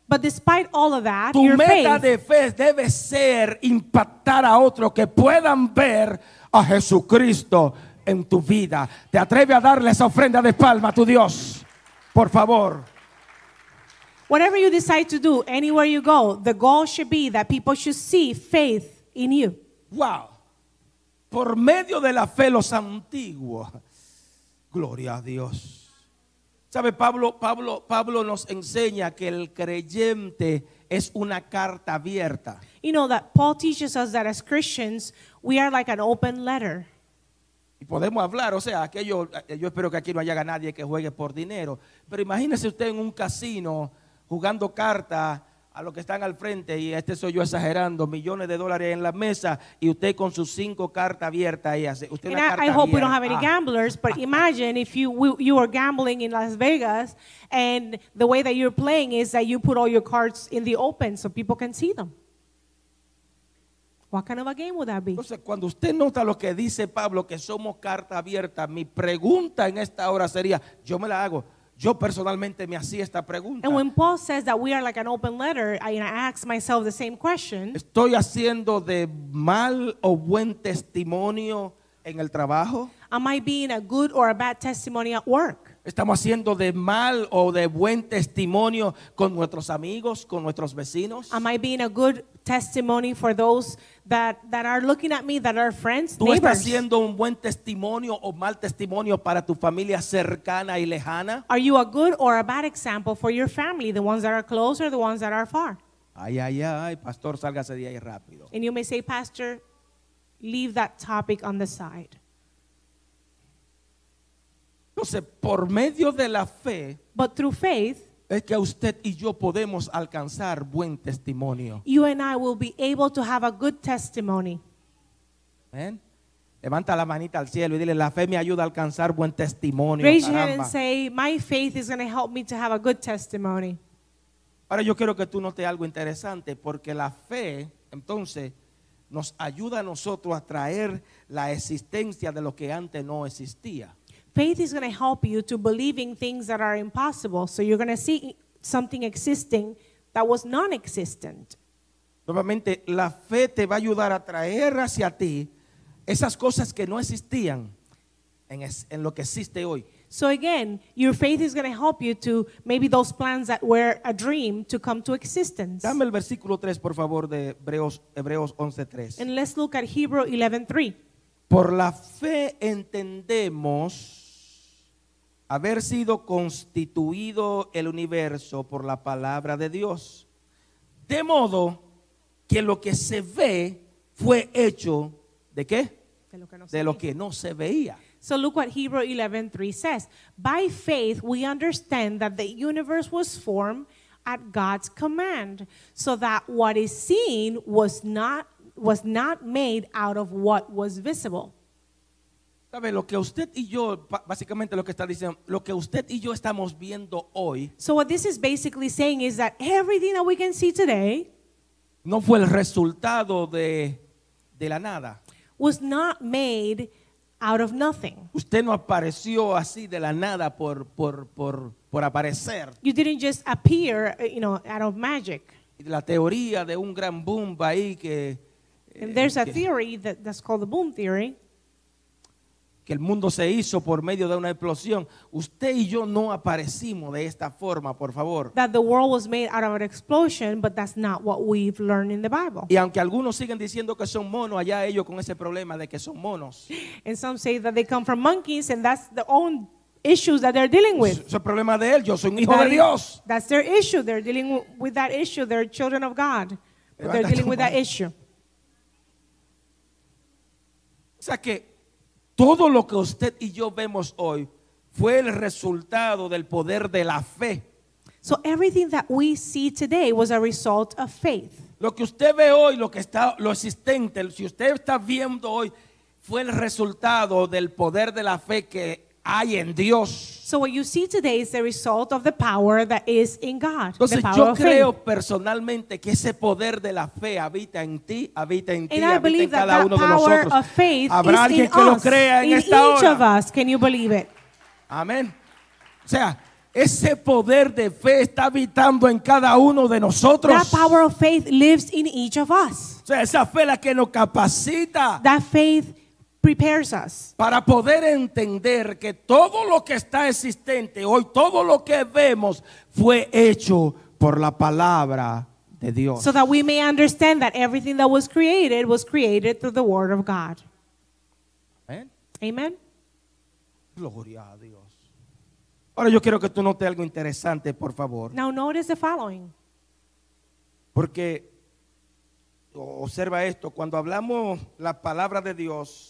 Speaker 2: But despite all of that,
Speaker 1: tu
Speaker 2: your
Speaker 1: meta
Speaker 2: faith,
Speaker 1: de fe debe ser impactar a otros que puedan ver a Jesucristo en tu vida. ¿Te atreves a darle esa ofrenda de palma a tu Dios? Por favor.
Speaker 2: whatever you decide to do, anywhere you go, the goal should be that people should see faith in you.
Speaker 1: Wow. Por medio de la fe los antiguos. Gloria a Dios. ¿Sabe Pablo? Pablo Pablo nos enseña que el creyente es una carta abierta.
Speaker 2: You know that Paul teaches us that as Christians, we are like an open letter.
Speaker 1: Y podemos hablar, o sea, aquello, eh, yo espero que aquí no haya nadie que juegue por dinero. Pero imagínese usted en un casino jugando cartas a los que están al frente, y este soy yo exagerando, millones de dólares en la mesa, y usted con sus cinco cartas abiertas ahí hace. Usted
Speaker 2: And
Speaker 1: una carta
Speaker 2: I, I hope we don't have any
Speaker 1: abierta. Ah.
Speaker 2: gamblers, but imagine if you we, you are gambling in Las Vegas, and the way that you're playing is that you put all your cards in the open so people can see them. What kind of a game would that be?
Speaker 1: Entonces, cuando usted nota lo que dice Pablo, que somos carta abierta, mi pregunta en esta hora sería, yo me la hago, yo personalmente me hacía esta pregunta.
Speaker 2: And when Paul says that we are like an open letter, I, and I ask myself the same question:
Speaker 1: ¿Estoy haciendo de mal o buen testimonio en el trabajo?
Speaker 2: Am I being a good or a bad testimony at work?
Speaker 1: ¿Estamos haciendo de mal o de buen testimonio con nuestros amigos, con nuestros vecinos?
Speaker 2: Am I being a good testimony for those that, that are looking at me, that are friends,
Speaker 1: ¿Tú estás
Speaker 2: neighbors?
Speaker 1: haciendo un buen testimonio o mal testimonio para tu familia cercana y lejana?
Speaker 2: Are you a good or a bad example for your family, the ones that are close or the ones that are far?
Speaker 1: Ay, ay, ay, pastor, sálgase de ahí rápido.
Speaker 2: And you may say, Pastor, leave that topic on the side.
Speaker 1: Entonces, por medio de la fe
Speaker 2: But through faith,
Speaker 1: es que usted y yo podemos alcanzar buen testimonio.
Speaker 2: you and I will be able to have a good testimony.
Speaker 1: Amén. Levanta la manita al cielo y dile, la fe me ayuda a alcanzar buen testimonio.
Speaker 2: Raise your hand and
Speaker 1: caramba.
Speaker 2: say, My faith is going to help me to have a good testimony.
Speaker 1: Ahora yo quiero que tú notes algo interesante, porque la fe, entonces, nos ayuda a nosotros a traer la existencia de lo que antes no existía.
Speaker 2: Faith is going to help you to believe in things that are impossible. So you're going to see something existing that was non existent.
Speaker 1: Nuevamente, la fe te va a ayudar a traer hacia ti esas cosas que no existían en, es- en lo que existe hoy.
Speaker 2: So again, your faith is going to help you to maybe those plans that were a dream to come to existence.
Speaker 1: Dame el versículo 3, por favor, de Hebreos, Hebreos 11.3.
Speaker 2: And let's look at Hebrew 11:3.
Speaker 1: Por la fe entendemos haber sido constituido el universo por la palabra de Dios. De modo que lo que se ve fue hecho de qué? De lo que no se veía.
Speaker 2: So look what Hebrew 11:3 says. By faith we understand that the universe was formed at God's command, so that what is seen was not was not made out of what was visible.
Speaker 1: ¿Sabe? Lo que usted y yo, ba- básicamente lo que está diciendo, lo que usted y yo estamos viendo hoy
Speaker 2: So what this is basically saying is that everything that we can see today
Speaker 1: no fue el resultado de, de la nada.
Speaker 2: was not made out of nothing.
Speaker 1: Usted no apareció así de la nada por, por, por, por aparecer.
Speaker 2: You didn't just appear, uh, you know, out of magic.
Speaker 1: Y la teoría de un gran boom ahí que, eh,
Speaker 2: And there's a
Speaker 1: que-
Speaker 2: theory that, that's called the boom theory.
Speaker 1: que el mundo se hizo por medio de una explosión. Usted y yo no aparecimos de esta forma, por favor.
Speaker 2: that the world was made out of an explosion, but that's not what we've learned in the Bible.
Speaker 1: Y aunque algunos siguen diciendo que son monos, allá ellos con ese problema de que son monos.
Speaker 2: And some say that they come from monkeys, and that's the own issues that they're dealing
Speaker 1: Eso
Speaker 2: with.
Speaker 1: es el problema de él, yo soy un hijo
Speaker 2: That
Speaker 1: de
Speaker 2: is-
Speaker 1: Dios.
Speaker 2: That's their issue. They're dealing wi- with that issue. They're children of God. But they're
Speaker 1: Levanta
Speaker 2: dealing
Speaker 1: tu
Speaker 2: with that
Speaker 1: mano.
Speaker 2: issue.
Speaker 1: O sea que todo lo que usted y yo vemos hoy fue el resultado del poder de la fe.
Speaker 2: So everything that we see today was a result of faith.
Speaker 1: Lo que usted ve hoy, lo que está, lo existente, si usted está viendo hoy, fue el resultado del poder de la fe que hay en Dios.
Speaker 2: So what you see today is the result of the power that is in God. the
Speaker 1: Entonces
Speaker 2: power
Speaker 1: yo
Speaker 2: of faith.
Speaker 1: creo personalmente que ese poder de la fe habita en ti, habita en ti,
Speaker 2: And I
Speaker 1: habita en
Speaker 2: believe that
Speaker 1: cada
Speaker 2: that
Speaker 1: uno de
Speaker 2: power
Speaker 1: nosotros.
Speaker 2: of faith
Speaker 1: Habrá
Speaker 2: is in
Speaker 1: alguien que lo
Speaker 2: us,
Speaker 1: crea en
Speaker 2: in
Speaker 1: esta
Speaker 2: each of
Speaker 1: hora.
Speaker 2: us. Can you believe it?
Speaker 1: Amén. O sea, ese poder de fe está habitando en cada uno de nosotros.
Speaker 2: That power of faith lives in each of us.
Speaker 1: O sea, esa fe es la que nos capacita
Speaker 2: That faith prepares us
Speaker 1: para poder entender que todo lo que está existente hoy, todo lo que vemos, fue hecho por la palabra de Dios.
Speaker 2: so that we may understand that everything that was created was created through the word of God.
Speaker 1: Amén.
Speaker 2: Amen.
Speaker 1: Gloria a Dios. Ahora yo quiero que tú notes algo interesante, por favor,
Speaker 2: Now notice the following.
Speaker 1: porque o- observa esto, cuando hablamos la palabra de Dios,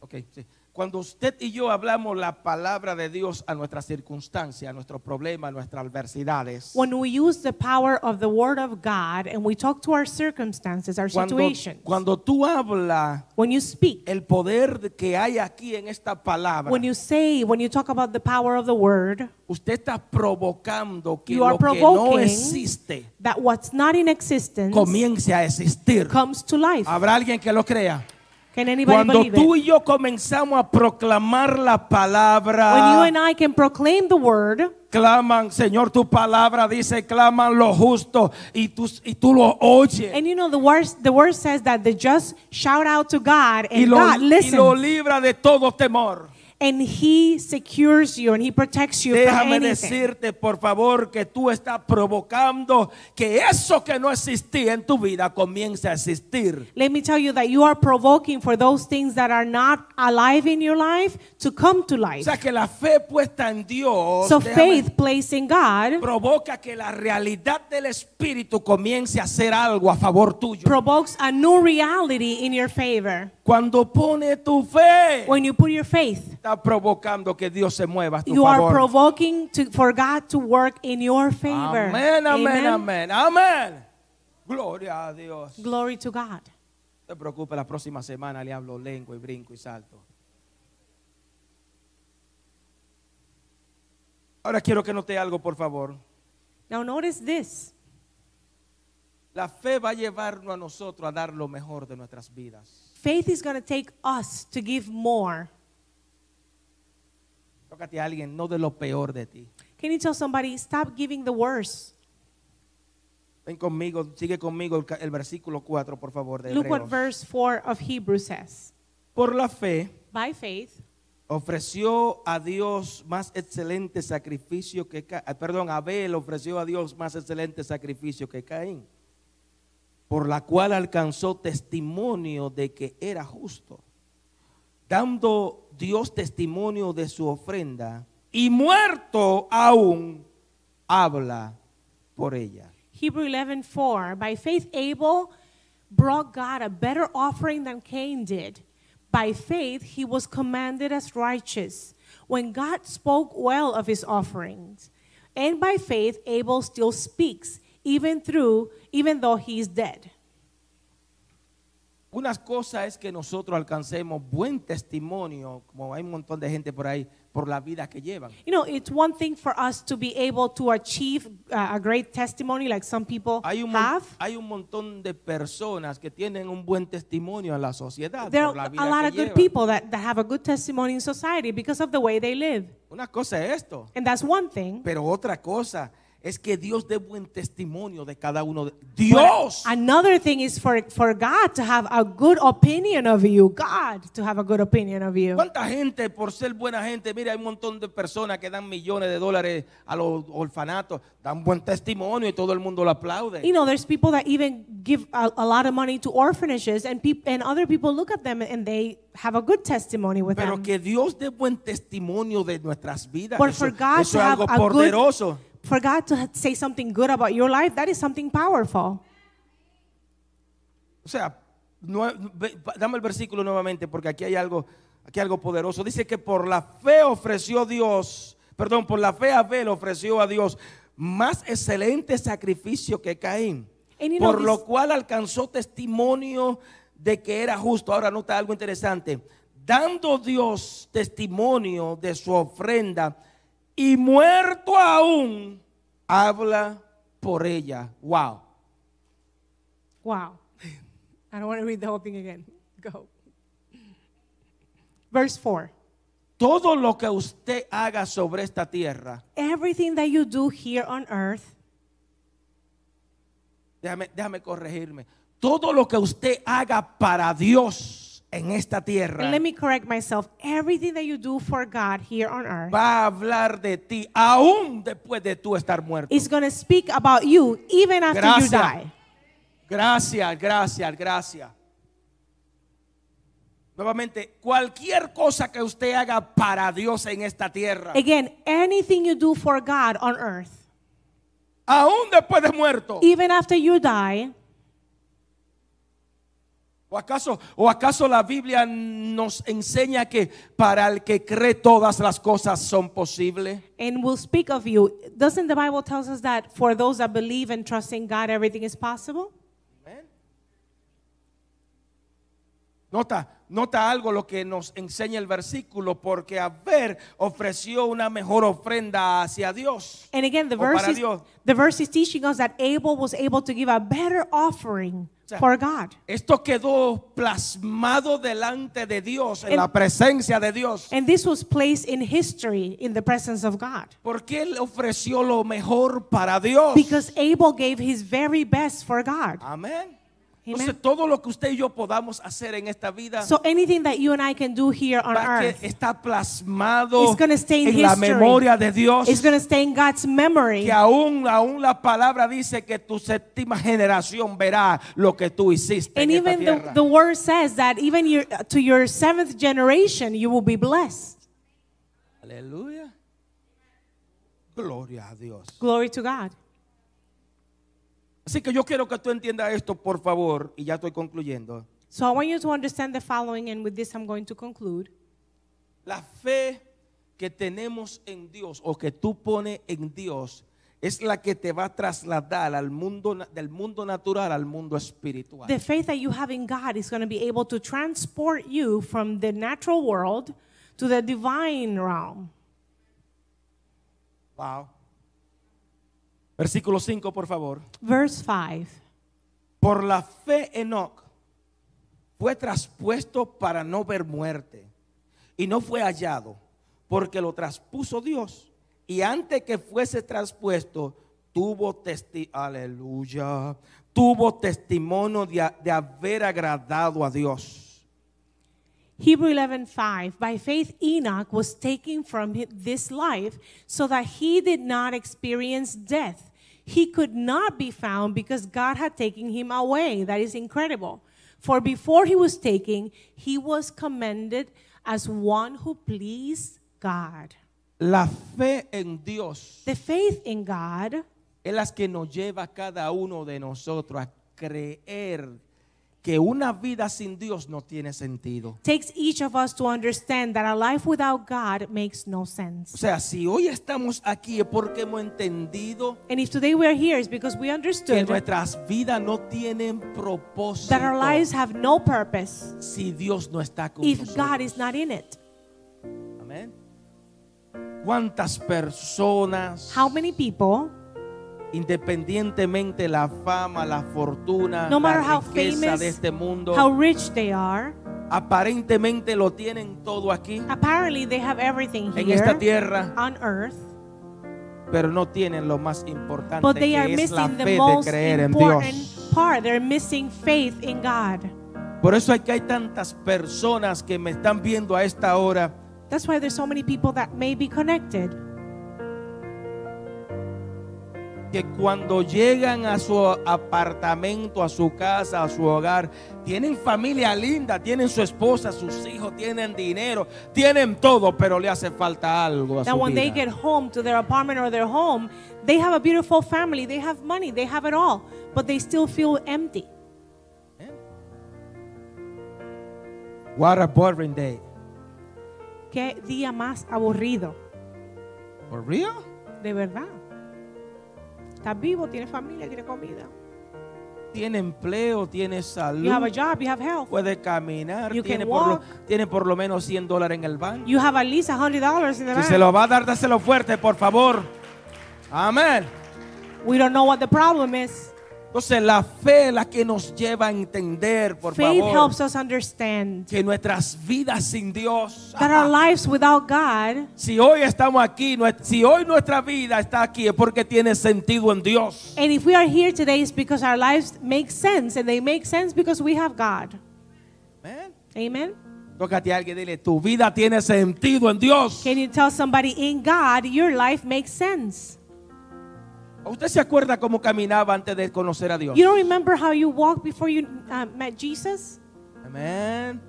Speaker 1: ok, sí. cuando usted y yo hablamos la palabra de Dios a nuestras circunstancias, a nuestros problemas, a nuestras adversidades,
Speaker 2: When we use the power of the word of God and we talk to our circumstances, our
Speaker 1: cuando,
Speaker 2: situations,
Speaker 1: cuando tú hablas
Speaker 2: when you speak,
Speaker 1: el poder de- que hay aquí en esta palabra,
Speaker 2: when you say, when you talk about the power of the word,
Speaker 1: usted está provocando que
Speaker 2: You are
Speaker 1: lo que no
Speaker 2: provoking
Speaker 1: existe
Speaker 2: that what's not in existence
Speaker 1: comience a existir.
Speaker 2: comes to life.
Speaker 1: Habrá alguien que lo crea.
Speaker 2: Can anybody
Speaker 1: Cuando
Speaker 2: believe
Speaker 1: tú
Speaker 2: it?
Speaker 1: y yo comenzamos a proclamar la
Speaker 2: When you and
Speaker 1: palabra,
Speaker 2: I can proclaim the word,
Speaker 1: claman, Señor, tu palabra dice, claman lo justo y tú, y tú lo oyes
Speaker 2: and you know the word, the word says that the just shout out to God,
Speaker 1: y
Speaker 2: and
Speaker 1: lo,
Speaker 2: God
Speaker 1: y lo
Speaker 2: listens,
Speaker 1: libra de todo temor.
Speaker 2: and He secures you, and He protects you from
Speaker 1: Déjame
Speaker 2: anything.
Speaker 1: decirte, por favor, que tú estás provocando que eso que no existía en tu vida comience a existir.
Speaker 2: Let me tell you that you are provoking for those things that are not alive in your life to come to
Speaker 1: O
Speaker 2: life.
Speaker 1: sea, que la fe puesta en Dios
Speaker 2: So
Speaker 1: déjame-
Speaker 2: faith placed in God
Speaker 1: provoca que la realidad del Espíritu comience a hacer algo a favor tuyo.
Speaker 2: provokes a new reality in your favor.
Speaker 1: Cuando pone tu fe,
Speaker 2: When you put your faith,
Speaker 1: está provocando que Dios se mueva a tu
Speaker 2: you are
Speaker 1: favor.
Speaker 2: provoking to, for God to work in your favor.
Speaker 1: Amén, amén, amén, amén. Gloria a Dios. No
Speaker 2: Glory to God.
Speaker 1: te preocupes, la próxima semana le hablo lengua y brinco y salto. Ahora quiero que note algo, por favor.
Speaker 2: Now notice this.
Speaker 1: La fe va a llevarnos a nosotros a dar lo mejor de nuestras vidas.
Speaker 2: Faith is going to take us to give more.
Speaker 1: Tócate a alguien, no de lo peor de ti.
Speaker 2: Can you tell somebody, stop giving the worst?
Speaker 1: Ven conmigo, sigue conmigo el, ca- el versículo 4, por favor. De
Speaker 2: Look what
Speaker 1: Hebreos.
Speaker 2: verse 4 of Hebrews says.
Speaker 1: Por la fe
Speaker 2: By faith,
Speaker 1: ofreció a Dios más excelente sacrificio que Ca- ah, Perdón, Abel ofreció a Dios más excelente sacrificio que Caín, por la cual alcanzó testimonio de que era justo, dando Dios testimonio de su ofrenda y muerto aún habla por ella.
Speaker 2: Hebrew 11 4. By faith, Abel brought God a better offering than Cain did. By faith, he was commanded as righteous when God spoke well of his offerings. And by faith, Abel still speaks, even through, even though he is dead.
Speaker 1: Una cosa es que nosotros alcancemos buen testimonio, como hay un montón de gente por ahí, por la vida que llevan.
Speaker 2: You know, it's one thing for us to be able to achieve uh, a great testimony like some people
Speaker 1: Hay un, mon-
Speaker 2: have.
Speaker 1: hay un montón de personas que tienen un buen testimonio en la sociedad
Speaker 2: There
Speaker 1: Ah, por
Speaker 2: are
Speaker 1: la
Speaker 2: a
Speaker 1: vida
Speaker 2: lot
Speaker 1: que
Speaker 2: of good
Speaker 1: llevan.
Speaker 2: people that, that have a good testimony in society because of the way they live.
Speaker 1: Una cosa es esto,
Speaker 2: And that's one thing.
Speaker 1: pero otra cosa es que Dios dé buen testimonio de cada uno. De,
Speaker 2: But
Speaker 1: Dios,
Speaker 2: Another thing is for, for God to have a good opinion of you. God to have a good opinion of you.
Speaker 1: ¿cuánta gente por ser buena gente? Mira, hay un montón de personas que dan millones de dólares a los orfanatos, dan buen testimonio y todo el mundo lo aplaude.
Speaker 2: You know, there's people that even give a, a lot of money to orphanages, and peop- and other people look at them and they have a good testimony with
Speaker 1: Pero
Speaker 2: them.
Speaker 1: que Dios dé buen testimonio de nuestras vidas.
Speaker 2: But
Speaker 1: Eso,
Speaker 2: for God
Speaker 1: eso
Speaker 2: to
Speaker 1: es
Speaker 2: have
Speaker 1: algo
Speaker 2: a good-
Speaker 1: poderoso.
Speaker 2: for God to ha- say something good about your life, that is something powerful.
Speaker 1: O sea, nue- ve- va- dame el versículo nuevamente porque aquí hay algo, aquí hay algo poderoso. Dice que por la fe ofreció Dios, perdón, por la fe Abel ofreció a Dios más excelente sacrificio que Caín,
Speaker 2: And you know
Speaker 1: por
Speaker 2: this-
Speaker 1: lo cual alcanzó testimonio de que era justo. Ahora nota algo interesante, dando Dios testimonio de su ofrenda y muerto aún, habla por ella. Wow.
Speaker 2: Wow. I don't want to read the whole thing again. Go. Verse 4.
Speaker 1: Todo lo que usted haga sobre esta tierra,
Speaker 2: Everything that you do here on earth,
Speaker 1: déjame, déjame corregirme, todo lo que usted haga para Dios en esta tierra,
Speaker 2: and let me correct myself, everything that you do for God here on earth
Speaker 1: va a hablar de ti aún después de tú estar muerto.
Speaker 2: is going to speak about you even after you
Speaker 1: Gracias.
Speaker 2: die.
Speaker 1: Gracias, gracias, gracias. Nuevamente, cualquier cosa que usted haga para Dios en esta tierra,
Speaker 2: Again, anything you do for God on earth,
Speaker 1: aún después de muerto,
Speaker 2: even after you die,
Speaker 1: o acaso, o acaso la Biblia nos enseña que para el que cree todas las cosas son posibles.
Speaker 2: and will speak of you. Doesn't the Bible tells us that for those that believe and trust in God, everything is possible?
Speaker 1: Amén. Nota, nota algo lo que nos enseña el versículo, porque Abel ofreció una mejor ofrenda hacia Dios.
Speaker 2: And again, the
Speaker 1: o
Speaker 2: verse,
Speaker 1: para
Speaker 2: is,
Speaker 1: Dios.
Speaker 2: the verse is teaching us that Abel was able to give a better offering
Speaker 1: sea,
Speaker 2: for God.
Speaker 1: Esto quedó plasmado delante de Dios, en
Speaker 2: En-
Speaker 1: la presencia de Dios.
Speaker 2: And this was placed in history in the presence of God.
Speaker 1: Porque él ofreció lo mejor para Dios. Ah.
Speaker 2: Because Abel gave his very best for God.
Speaker 1: Amén. Entonces todo lo que usted y yo podamos hacer en esta vida
Speaker 2: So anything that you and I can do here on
Speaker 1: va que
Speaker 2: earth
Speaker 1: está plasmado
Speaker 2: It's gonna stay in
Speaker 1: en la
Speaker 2: history.
Speaker 1: memoria de Dios.
Speaker 2: is going to stay in God's memory.
Speaker 1: que aún, aún la palabra dice que tu séptima generación verá lo que tú hiciste
Speaker 2: And
Speaker 1: en esta
Speaker 2: even the,
Speaker 1: tierra.
Speaker 2: the word says that even your, to your seventh generation, you will be blessed.
Speaker 1: Aleluya. Gloria a Dios.
Speaker 2: Glory to God.
Speaker 1: Así que yo quiero que tú entiendas esto, por favor, y ya estoy concluyendo.
Speaker 2: So I want you to understand the following, and with this, I'm going to conclude.
Speaker 1: La fe que tenemos en Dios o que tú pones en Dios es la que te va a trasladar al mundo na- del mundo natural al mundo espiritual.
Speaker 2: The faith that you have in God is going to be able to transport you from the natural world to the divine realm.
Speaker 1: Wow. Versículo 5, por favor.
Speaker 2: Verse 5
Speaker 1: Por la fe Enoch fue traspuesto para no ver muerte y no fue hallado porque lo traspuso Dios y antes que fuese traspuesto tuvo testi aleluya tuvo testimonio de, a- de haber agradado a Dios.
Speaker 2: Hebrew 11:5 By faith Enoch was taken from hi- this life so that he did not experience death. He could not be found because God had taken him away. That is incredible. For before he was taken, he was commended as one who pleased God.
Speaker 1: La fe en Dios
Speaker 2: The faith in God
Speaker 1: es las que nos lleva a cada uno de nosotros a creer que una vida sin Dios no tiene sentido.
Speaker 2: takes each of us to understand that a life without God makes no
Speaker 1: O
Speaker 2: sense.
Speaker 1: sea, si hoy estamos aquí es porque hemos entendido
Speaker 2: And if today we are here, it's because we
Speaker 1: que
Speaker 2: understood
Speaker 1: nuestras vidas no tienen propósito
Speaker 2: that our lives have no purpose
Speaker 1: si Dios no está con
Speaker 2: if
Speaker 1: nosotros.
Speaker 2: God is not in it.
Speaker 1: Amén. ¿Cuántas personas,
Speaker 2: How many people,
Speaker 1: independientemente la fama, la fortuna,
Speaker 2: no matter
Speaker 1: la
Speaker 2: how
Speaker 1: riqueza
Speaker 2: famous,
Speaker 1: de este mundo,
Speaker 2: how rich they are,
Speaker 1: aparentemente lo tienen todo aquí,
Speaker 2: apparently they have everything
Speaker 1: en esta
Speaker 2: here
Speaker 1: tierra,
Speaker 2: on earth,
Speaker 1: pero no tienen lo más importante
Speaker 2: but they
Speaker 1: que
Speaker 2: are
Speaker 1: es la
Speaker 2: missing the
Speaker 1: fe de
Speaker 2: most
Speaker 1: creer en
Speaker 2: important
Speaker 1: Dios.
Speaker 2: part. They're missing faith in God.
Speaker 1: Por eso hay que hay tantas personas que me están viendo a esta hora
Speaker 2: That's why there's so many people that may be connected.
Speaker 1: que cuando llegan a su apartamento, a su casa, a su hogar, tienen familia linda, tienen su esposa, sus hijos, tienen dinero, tienen todo, pero le hace falta algo a
Speaker 2: That
Speaker 1: su
Speaker 2: when they
Speaker 1: vida.
Speaker 2: get home to their apartment or their home, they have a beautiful family, they have money, they have it all, but they still feel empty.
Speaker 1: What a boring day.
Speaker 2: Qué día más aburrido,
Speaker 1: For real?
Speaker 2: de verdad. Estás vivo, tienes familia, tienes comida.
Speaker 1: Tiene empleo, tiene
Speaker 2: You have
Speaker 1: salud,
Speaker 2: a job, you have health.
Speaker 1: puede caminar,
Speaker 2: You
Speaker 1: tiene
Speaker 2: can
Speaker 1: por, lo,
Speaker 2: walk.
Speaker 1: tiene por lo menos 100 dólares en el banco.
Speaker 2: You have at least $100 in the
Speaker 1: Si se
Speaker 2: bank.
Speaker 1: lo va a dar, dáselo fuerte, por favor. Amén.
Speaker 2: We don't know what the problem is.
Speaker 1: Entonces la fe es la que nos lleva a entender, por
Speaker 2: Faith
Speaker 1: favor,
Speaker 2: helps us understand
Speaker 1: que nuestras vidas sin Dios,
Speaker 2: that our lives without God,
Speaker 1: si hoy estamos aquí, nue- si hoy nuestra vida está aquí es porque tiene sentido en Dios.
Speaker 2: and if we are here today, it's because our lives make sense, and they make sense because we have God.
Speaker 1: Amén.
Speaker 2: Amen.
Speaker 1: Tócate a alguien, dile, tu vida tiene sentido en Dios.
Speaker 2: Can you tell somebody in God your life makes sense?
Speaker 1: ¿Usted se acuerda cómo caminaba antes de conocer a Dios?
Speaker 2: You don't remember how you walked before you uh, met Jesus?
Speaker 1: Amén.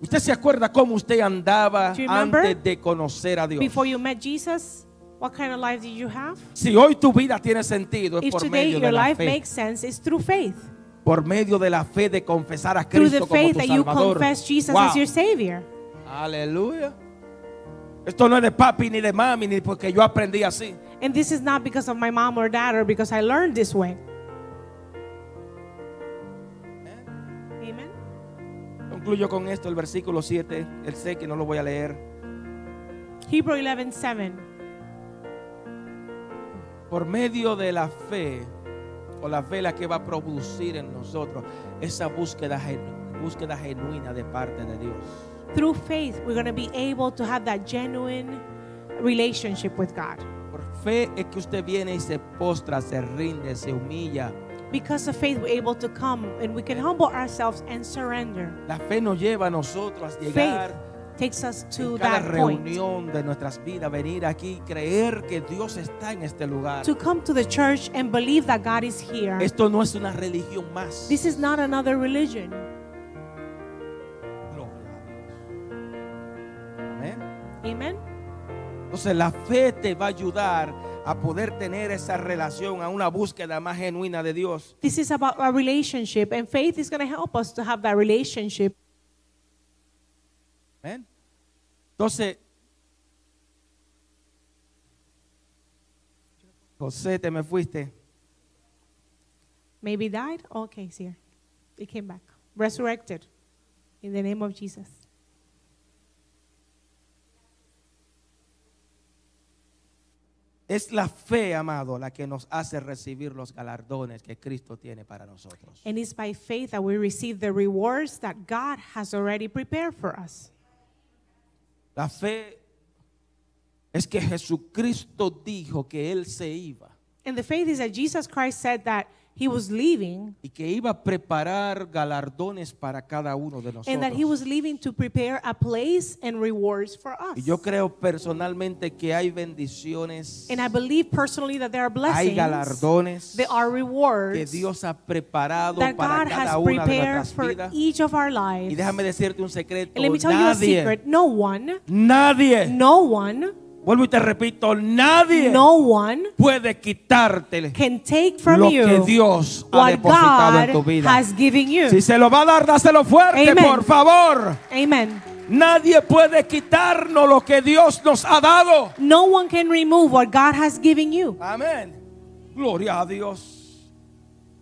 Speaker 1: ¿Usted se acuerda cómo usted andaba
Speaker 2: Do you remember?
Speaker 1: antes de conocer a Dios?
Speaker 2: Before you met Jesus, what kind of life did you have?
Speaker 1: Si hoy tu vida tiene sentido es
Speaker 2: If
Speaker 1: por
Speaker 2: today
Speaker 1: medio
Speaker 2: your
Speaker 1: de la
Speaker 2: life
Speaker 1: fe.
Speaker 2: makes sense, it's through faith.
Speaker 1: por medio de la fe de confesar a
Speaker 2: Through
Speaker 1: Cristo
Speaker 2: the
Speaker 1: como
Speaker 2: faith
Speaker 1: tu
Speaker 2: that you
Speaker 1: Salvador.
Speaker 2: confess Jesus
Speaker 1: Wow.
Speaker 2: as your Savior.
Speaker 1: Aleluya. Esto no es de papi ni de mami ni porque yo aprendí así.
Speaker 2: And this is not because of my mom or dad or because I learned this way. Amen.
Speaker 1: Concluyo con esto el versículo 7. Él sé que no lo voy a leer.
Speaker 2: Hebrew 11 7.
Speaker 1: Por medio de la fe o la vela que va a producir en nosotros esa búsqueda genu- búsqueda genuina de parte de Dios.
Speaker 2: Through faith, we're going to be able to have that genuine relationship with God.
Speaker 1: Por fe es que usted viene y se postra, se rinde, se humilla.
Speaker 2: Because of faith, we're able to come and we can humble ourselves and surrender.
Speaker 1: La fe nos lleva a nosotros a
Speaker 2: Faith
Speaker 1: llegar
Speaker 2: takes us
Speaker 1: en
Speaker 2: to
Speaker 1: cada
Speaker 2: that point.
Speaker 1: reunión de nuestras vidas, venir aquí, creer que Dios está en este lugar.
Speaker 2: To come to the church and believe that God is here.
Speaker 1: Esto no es una religión más.
Speaker 2: This is not another religion.
Speaker 1: Gloria a Dios. Amén.
Speaker 2: Amen.
Speaker 1: Entonces la fe te va a ayudar a poder tener esa relación, a una búsqueda más genuina de Dios.
Speaker 2: This is about our relationship, and faith is going to help us to have that relationship.
Speaker 1: Amén. Entonces, José, te me fuiste.
Speaker 2: Maybe died. Okay, it's here. It came back. Resurrected in the name of Jesus.
Speaker 1: Es la fe, amado, la que nos hace recibir los galardones que Cristo tiene para nosotros.
Speaker 2: And it's by faith that we receive the rewards that God has already prepared for us.
Speaker 1: La fe es que Jesucristo dijo que Él se iba
Speaker 2: And the faith is that Jesus Christ said that he was leaving
Speaker 1: y que iba a preparar galardones para cada uno de
Speaker 2: and that he
Speaker 1: nosotros.
Speaker 2: was leaving to prepare a place and rewards for us.
Speaker 1: Y yo creo personalmente que hay bendiciones,
Speaker 2: And I believe personally that there are
Speaker 1: hay
Speaker 2: blessings,
Speaker 1: galardones
Speaker 2: there are
Speaker 1: que
Speaker 2: rewards.
Speaker 1: Dios ha preparado
Speaker 2: that
Speaker 1: para
Speaker 2: God has
Speaker 1: cada una de
Speaker 2: prepared
Speaker 1: nuestras
Speaker 2: for
Speaker 1: vidas.
Speaker 2: each of our lives.
Speaker 1: Y déjame decirte un secreto,
Speaker 2: and let me tell you a
Speaker 1: nadie,
Speaker 2: secret. No one,
Speaker 1: nadie,
Speaker 2: no one,
Speaker 1: vuelvo y te repito, nadie
Speaker 2: no one
Speaker 1: puede quitártele
Speaker 2: can take from
Speaker 1: lo
Speaker 2: you
Speaker 1: que Dios ha
Speaker 2: what
Speaker 1: depositado
Speaker 2: God
Speaker 1: en tu vida.
Speaker 2: has given you.
Speaker 1: Si se lo va a dar, dáselo fuerte,
Speaker 2: Amen.
Speaker 1: por favor.
Speaker 2: Amen.
Speaker 1: Nadie puede quitarnos lo que Dios nos ha dado.
Speaker 2: No one can remove what God has given you
Speaker 1: Amén. Gloria a Dios.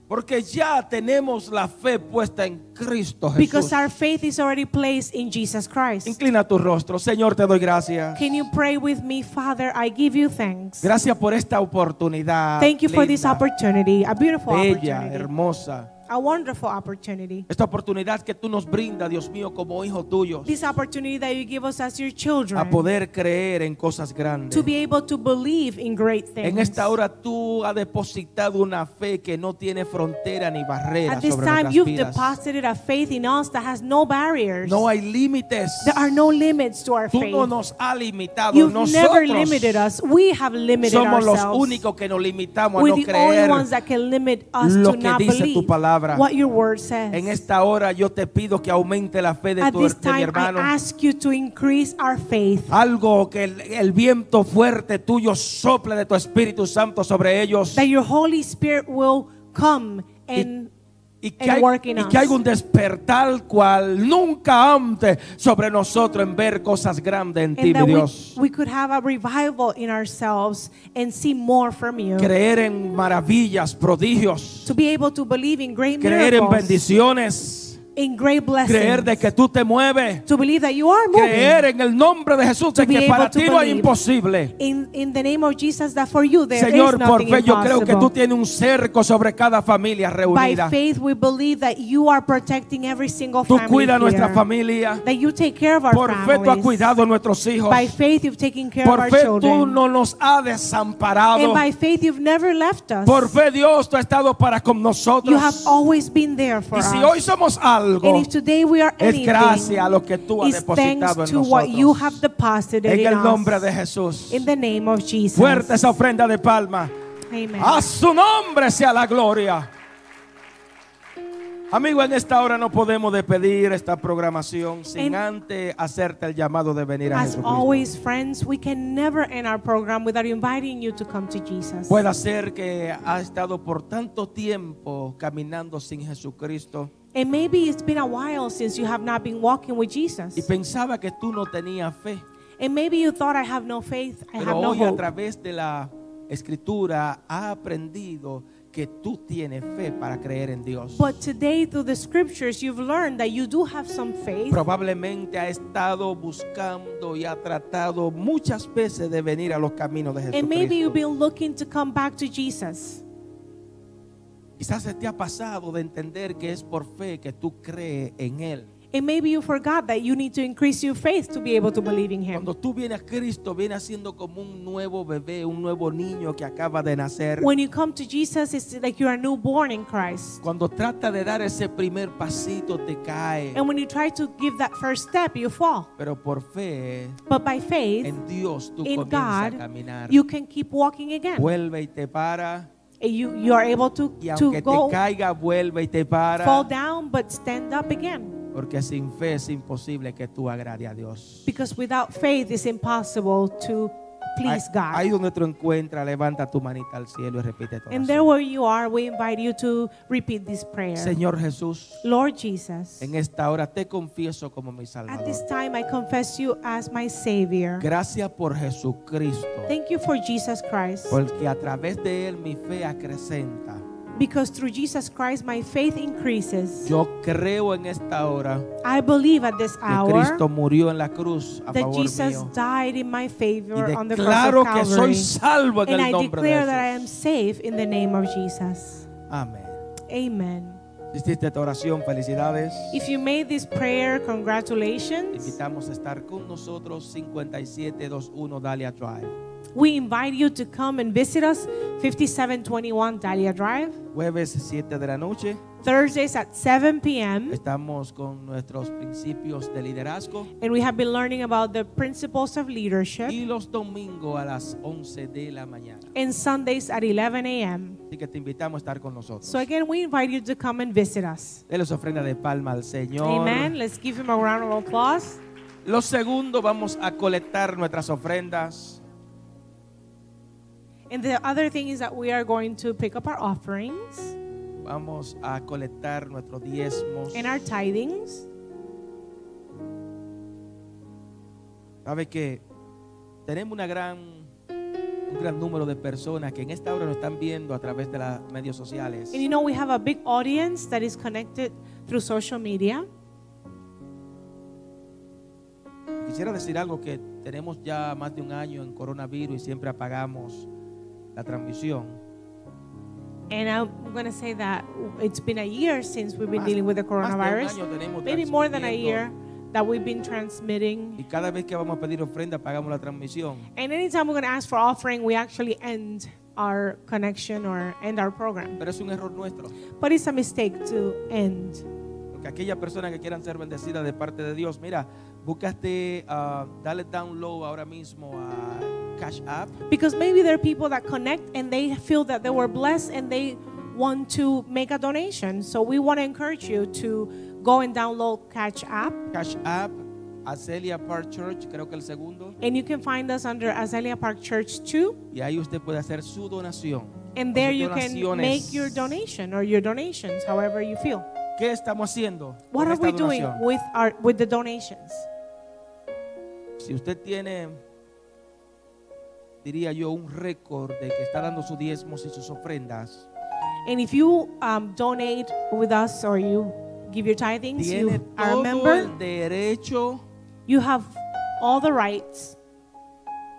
Speaker 1: Porque ya tenemos la fe puesta en Cristo Jesús.
Speaker 2: because our faith is already placed in Jesus Christ.
Speaker 1: Inclina tu rostro. Señor, te doy gracias.
Speaker 2: Can you pray with me, Father? I give you thanks.
Speaker 1: Gracias por esta oportunidad.
Speaker 2: Thank you for this
Speaker 1: linda,
Speaker 2: opportunity, a beautiful
Speaker 1: Bella,
Speaker 2: opportunity,
Speaker 1: hermosa.
Speaker 2: a wonderful opportunity.
Speaker 1: Esta oportunidad que tú nos brinda, Dios mío, como hijo tuyo,
Speaker 2: This opportunity that you give us as your children.
Speaker 1: a poder creer en cosas
Speaker 2: to
Speaker 1: grandes.
Speaker 2: be able to believe in great things.
Speaker 1: En esta hora tú has depositado una fe que no tiene frontera ni barrera
Speaker 2: At this
Speaker 1: sobre
Speaker 2: time,
Speaker 1: nuestras
Speaker 2: you've
Speaker 1: vidas.
Speaker 2: deposited a faith in us that has no barriers.
Speaker 1: No hay límites.
Speaker 2: there are no limits to our
Speaker 1: Tú
Speaker 2: faith.
Speaker 1: no nos has limitado.
Speaker 2: You've
Speaker 1: Nosotros
Speaker 2: never limited us. We have limited
Speaker 1: somos los
Speaker 2: ourselves.
Speaker 1: únicos que nos limitamos a
Speaker 2: We're
Speaker 1: no
Speaker 2: the only
Speaker 1: creer.
Speaker 2: ones that can limit us
Speaker 1: lo
Speaker 2: to
Speaker 1: que
Speaker 2: not
Speaker 1: dice tu
Speaker 2: believe
Speaker 1: palabra.
Speaker 2: what your word says.
Speaker 1: En esta hora yo te pido que aumente la fe de
Speaker 2: At
Speaker 1: tu
Speaker 2: this
Speaker 1: de mi
Speaker 2: time, I
Speaker 1: hermano.
Speaker 2: ask you to increase our faith.
Speaker 1: Algo que el, el viento fuerte tuyo sople de tu Espíritu Santo sobre ellos.
Speaker 2: That your Holy Spirit will come and
Speaker 1: Y que,
Speaker 2: and
Speaker 1: hay,
Speaker 2: work in
Speaker 1: y
Speaker 2: us.
Speaker 1: que hay un despertar cual nunca antes sobre nosotros en ver cosas grandes en ti,
Speaker 2: And
Speaker 1: mi
Speaker 2: that we,
Speaker 1: Dios.
Speaker 2: we could have a revival in ourselves and see more from you.
Speaker 1: Creer en maravillas, prodigios.
Speaker 2: To be able to believe in great
Speaker 1: Creer en
Speaker 2: miracles,
Speaker 1: bendiciones.
Speaker 2: in great
Speaker 1: Creer de
Speaker 2: blessings.
Speaker 1: que tú te mueves.
Speaker 2: To believe that you are
Speaker 1: Creer en
Speaker 2: moving.
Speaker 1: el nombre de Jesús de
Speaker 2: be
Speaker 1: que
Speaker 2: able
Speaker 1: para
Speaker 2: to
Speaker 1: ti no hay
Speaker 2: believe.
Speaker 1: imposible.
Speaker 2: In, in the name of Jesus, that for you there is
Speaker 1: Señor, por
Speaker 2: nothing
Speaker 1: fe yo creo que tú
Speaker 2: impossible.
Speaker 1: tienes un cerco sobre cada familia reunida.
Speaker 2: By faith, we believe that you are protecting every single
Speaker 1: Tú
Speaker 2: family
Speaker 1: cuidas nuestra
Speaker 2: here.
Speaker 1: familia.
Speaker 2: That you take care of our
Speaker 1: Por fe tú has
Speaker 2: families.
Speaker 1: cuidado a nuestros hijos.
Speaker 2: By faith, you've taken care of
Speaker 1: Por
Speaker 2: our
Speaker 1: fe tú
Speaker 2: children.
Speaker 1: no nos has desamparado.
Speaker 2: And by faith, you've never left us.
Speaker 1: Por fe Dios tú has estado para con
Speaker 2: you
Speaker 1: nosotros.
Speaker 2: have always been there for
Speaker 1: Y si
Speaker 2: us.
Speaker 1: hoy somos algo,
Speaker 2: and if today we are
Speaker 1: es
Speaker 2: anything,
Speaker 1: gracias a lo que tú has
Speaker 2: it's
Speaker 1: depositado
Speaker 2: thanks
Speaker 1: en
Speaker 2: to what you have
Speaker 1: nosotros.
Speaker 2: deposited
Speaker 1: En
Speaker 2: in
Speaker 1: el nombre
Speaker 2: us.
Speaker 1: de Jesús.
Speaker 2: In the name of Jesus.
Speaker 1: Fuerte esa ofrenda de palma.
Speaker 2: Amen.
Speaker 1: A su nombre sea la gloria. Amigo, en esta hora no podemos despedir esta programación sin
Speaker 2: En-
Speaker 1: antes hacerte el llamado de venir a
Speaker 2: As
Speaker 1: Jesucristo.
Speaker 2: always, friends, we can never end our program without inviting you to come to Jesus.
Speaker 1: Puede ser que ha estado por tanto tiempo caminando sin Jesucristo
Speaker 2: And maybe it's been a while since you have not been walking with Jesus.
Speaker 1: y pensaba que tú no tenías fe.
Speaker 2: And maybe you thought, I have no faith, I have
Speaker 1: Pero
Speaker 2: no
Speaker 1: hoy a
Speaker 2: hope.
Speaker 1: través de la escritura ha aprendido que tú tienes fe para creer en Dios.
Speaker 2: But today, through the scriptures, you've learned that you do have some faith.
Speaker 1: Probablemente ha estado buscando y ha tratado muchas veces de venir a los caminos de
Speaker 2: And maybe
Speaker 1: Jesucristo.
Speaker 2: you've been looking to come back to Jesus.
Speaker 1: Quizás se te ha pasado de entender que es por fe que tú crees en Él.
Speaker 2: And maybe you forgot that you need to increase your faith to be able to believe in Him.
Speaker 1: Cuando tú vienes a Cristo, vienes siendo como un nuevo bebé, un nuevo niño que acaba de nacer.
Speaker 2: When you come to Jesus, it's like you're a newborn in Christ.
Speaker 1: Cuando trata de dar ese primer pasito, te cae.
Speaker 2: And when you try to give that first step, you fall.
Speaker 1: Pero por fe
Speaker 2: But by faith,
Speaker 1: en Dios tú
Speaker 2: in
Speaker 1: comienzas a
Speaker 2: God,
Speaker 1: caminar.
Speaker 2: you can keep walking again.
Speaker 1: Vuelve y te para.
Speaker 2: And you, you are able to,
Speaker 1: Y
Speaker 2: to
Speaker 1: aunque te
Speaker 2: go,
Speaker 1: caiga, vuelve y te
Speaker 2: fall
Speaker 1: para.
Speaker 2: down, but stand up again.
Speaker 1: Porque sin fe es imposible que tú agrade a Dios.
Speaker 2: Because without faith, it's impossible to please
Speaker 1: Ahí-
Speaker 2: God.
Speaker 1: Ahí donde tú encuentras, levanta tu manita al cielo y repite todo.
Speaker 2: And there where you are, we invite you to repeat this prayer.
Speaker 1: Señor Jesús,
Speaker 2: Lord Jesus,
Speaker 1: en esta hora te confieso como mi
Speaker 2: at this
Speaker 1: Salvador.
Speaker 2: time I confess you as my Savior.
Speaker 1: Gracias por Jesucristo.
Speaker 2: Thank you for Jesus Christ.
Speaker 1: Porque a través de Él mi fe acrecenta.
Speaker 2: Because through Jesus Christ my faith increases.
Speaker 1: Yo creo en esta hora
Speaker 2: I believe at this
Speaker 1: que Cristo
Speaker 2: hour
Speaker 1: murió en la cruz a
Speaker 2: that
Speaker 1: favor
Speaker 2: Jesus
Speaker 1: mío.
Speaker 2: died in my favor
Speaker 1: Y
Speaker 2: on the cross of
Speaker 1: declaro que soy
Speaker 2: Calvary.
Speaker 1: salvo en el
Speaker 2: And I
Speaker 1: nombre de
Speaker 2: declare that I am
Speaker 1: Jesús.
Speaker 2: safe in the name of Jesus.
Speaker 1: Amén.
Speaker 2: Amen.
Speaker 1: Si Hiciste esta oración, felicidades.
Speaker 2: If you made this prayer,
Speaker 1: Te
Speaker 2: congratulations.
Speaker 1: Invitamos a estar con nosotros 5721 Dalia Drive.
Speaker 2: We invite you to come and visit us, 5721 Dahlia Drive.
Speaker 1: Jueves 7 de la noche
Speaker 2: Thursdays at 7 p.m.
Speaker 1: estamos con nuestros principios de liderazgo
Speaker 2: And we have been learning about the principles of leadership.
Speaker 1: y los domingos a las 11 de la mañana.
Speaker 2: And Sundays at 11 a.m.
Speaker 1: Así que te invitamos a estar con nosotros.
Speaker 2: So again, we invite you to come and visit us.
Speaker 1: Dele su ofrenda de palma al Señor.
Speaker 2: Amen. Let's give him a round of applause.
Speaker 1: Lo segundo, vamos a colectar nuestras ofrendas.
Speaker 2: And the other thing is that we are going to pick up our offerings
Speaker 1: Vamos a colectar nuestros diezmos.
Speaker 2: and our tithings.
Speaker 1: Sabe que tenemos una gran, un gran número de personas que en esta hora nos están viendo a través de las medios sociales.
Speaker 2: And you know, we have a big audience that is connected through social media.
Speaker 1: Quisiera decir algo que tenemos ya más de un año en coronavirus y siempre apagamos la transmisión.
Speaker 2: And I'm going to say that it's been a year since we've been
Speaker 1: Más-
Speaker 2: dealing with the
Speaker 1: más de un
Speaker 2: coronavirus.
Speaker 1: año tenemos
Speaker 2: Maybe more than a year
Speaker 1: transmitiendo.
Speaker 2: that we've been transmitting.
Speaker 1: Y cada vez que vamos a pedir ofrenda apagamos la transmisión.
Speaker 2: And anytime we're going to ask for offering, we actually end our connection or end our program.
Speaker 1: Pero es un error nuestro.
Speaker 2: But it's a mistake to end.
Speaker 1: Porque aquellas personas que quieran ser bendecidas de parte de Dios, mira, búscate, ah, dale download ahora mismo a Cash App.
Speaker 2: Because maybe there are people that connect and they feel that they were blessed and they want to make a donation. So we want to encourage you to go and download Catch App.
Speaker 1: Cash App, Acelia Park Church, creo que el segundo.
Speaker 2: And you can find us under Azalea Park Church 2.
Speaker 1: Y ahí usted puede hacer su donación.
Speaker 2: And there
Speaker 1: sus
Speaker 2: you can
Speaker 1: donaciones.
Speaker 2: make your donation or your donations, however you feel.
Speaker 1: ¿Qué estamos haciendo?
Speaker 2: What
Speaker 1: con
Speaker 2: are
Speaker 1: esta
Speaker 2: we doing
Speaker 1: donación?
Speaker 2: with our with the donations?
Speaker 1: Si usted tiene, diría yo, un récord de que está dando sus diezmos y sus ofrendas,
Speaker 2: And if you um, donate with us or you give your tithings,
Speaker 1: tiene
Speaker 2: you are a
Speaker 1: todo
Speaker 2: member,
Speaker 1: el derecho
Speaker 2: you have all the rights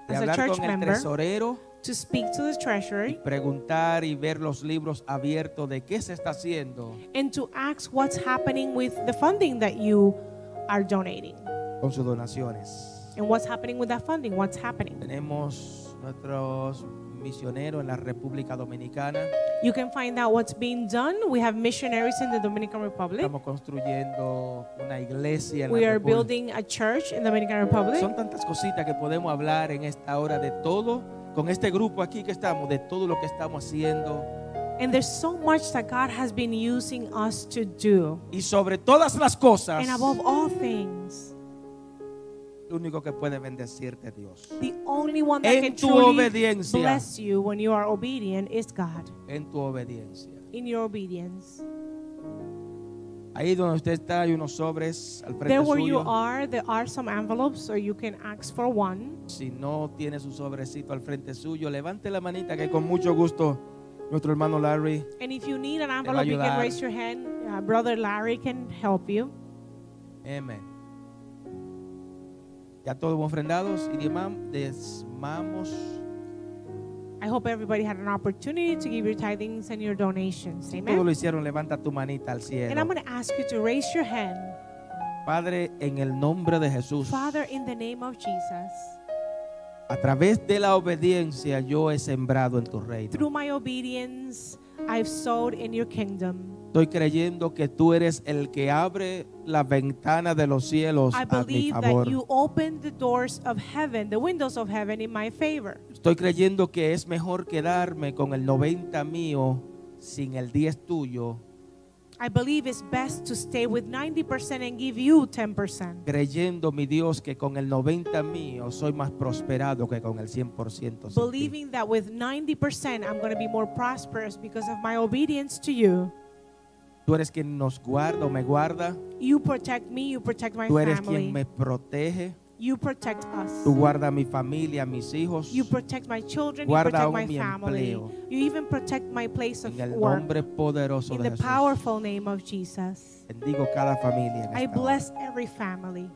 Speaker 1: de
Speaker 2: As a
Speaker 1: hablar
Speaker 2: church
Speaker 1: con el
Speaker 2: member.
Speaker 1: tesorero
Speaker 2: to speak to the
Speaker 1: y
Speaker 2: treasury
Speaker 1: preguntar y ver los libros abiertos de qué se está haciendo
Speaker 2: and to ask what's happening with the funding that you are donating
Speaker 1: con sus donaciones.
Speaker 2: and what's happening with that funding, what's happening.
Speaker 1: Tenemos nuestros misioneros en la República Dominicana.
Speaker 2: You can find out what's being done. We have missionaries in the Dominican Republic.
Speaker 1: Estamos construyendo una iglesia en
Speaker 2: We
Speaker 1: la
Speaker 2: are
Speaker 1: República.
Speaker 2: building a church in the Dominican Republic.
Speaker 1: Son tantas cositas que podemos hablar en esta hora de todo, con este grupo aquí que estamos, de todo lo que estamos haciendo.
Speaker 2: And there's so much that God has been using us to do.
Speaker 1: Y sobre todas las cosas,
Speaker 2: And above all things,
Speaker 1: lo único que puede bendecirte es Dios.
Speaker 2: the only one that
Speaker 1: En
Speaker 2: can
Speaker 1: tu
Speaker 2: truly
Speaker 1: obediencia.
Speaker 2: bless you when you are obedient is God.
Speaker 1: En tu obediencia.
Speaker 2: In your obedience.
Speaker 1: Ahí donde usted está hay unos sobres al frente
Speaker 2: There where you
Speaker 1: suyo.
Speaker 2: are, there are some envelopes, or you can ask for one.
Speaker 1: Si no tiene su sobrecito al frente suyo, levante la manita que con mucho gusto nuestro hermano Larry
Speaker 2: And if you need an envelope, you
Speaker 1: ayudar.
Speaker 2: can raise your hand. Uh, Brother Larry can help you.
Speaker 1: Amén. Ya todos ofrendados y diezmam- diezmamos.
Speaker 2: I hope everybody had an opportunity to give your tithings and your donations.
Speaker 1: Todos
Speaker 2: Amen.
Speaker 1: lo hicieron, levanta tu manita al
Speaker 2: And
Speaker 1: cielo.
Speaker 2: I'm going to ask you to raise your hand.
Speaker 1: Padre, en el nombre de Jesús,
Speaker 2: Father, in the name of Jesus,
Speaker 1: a través de la obediencia yo he sembrado en tu reino.
Speaker 2: through my obedience, I've sowed in your kingdom.
Speaker 1: Estoy creyendo que tú eres el que abre la ventana de los cielos
Speaker 2: I
Speaker 1: a mi
Speaker 2: believe that
Speaker 1: favor.
Speaker 2: you opened the doors of heaven, the windows of heaven in my favor.
Speaker 1: Estoy creyendo que es mejor quedarme con el 90 mío sin el 10 tuyo,
Speaker 2: I believe it's best to stay with 90% and give you 10%.
Speaker 1: creyendo, mi Dios, que con el 90 mío soy más prosperado que con el 100% sin ti.
Speaker 2: believing that with 90% I'm going to be more prosperous because of my obedience to you.
Speaker 1: Tú eres quien nos guarda o me guarda,
Speaker 2: You protect me, you protect my
Speaker 1: tú eres
Speaker 2: family.
Speaker 1: quien me protege,
Speaker 2: You protect us.
Speaker 1: tú guardas a mi familia, a mis hijos.
Speaker 2: You protect my children,
Speaker 1: Guarda
Speaker 2: you protect
Speaker 1: aún
Speaker 2: my
Speaker 1: mi
Speaker 2: family.
Speaker 1: empleo.
Speaker 2: You even protect my place of
Speaker 1: En el
Speaker 2: work.
Speaker 1: nombre poderoso
Speaker 2: In
Speaker 1: de
Speaker 2: the
Speaker 1: Jesús.
Speaker 2: powerful name of Jesus.
Speaker 1: Bendigo cada familia. en
Speaker 2: I
Speaker 1: esta hora.
Speaker 2: bless every family.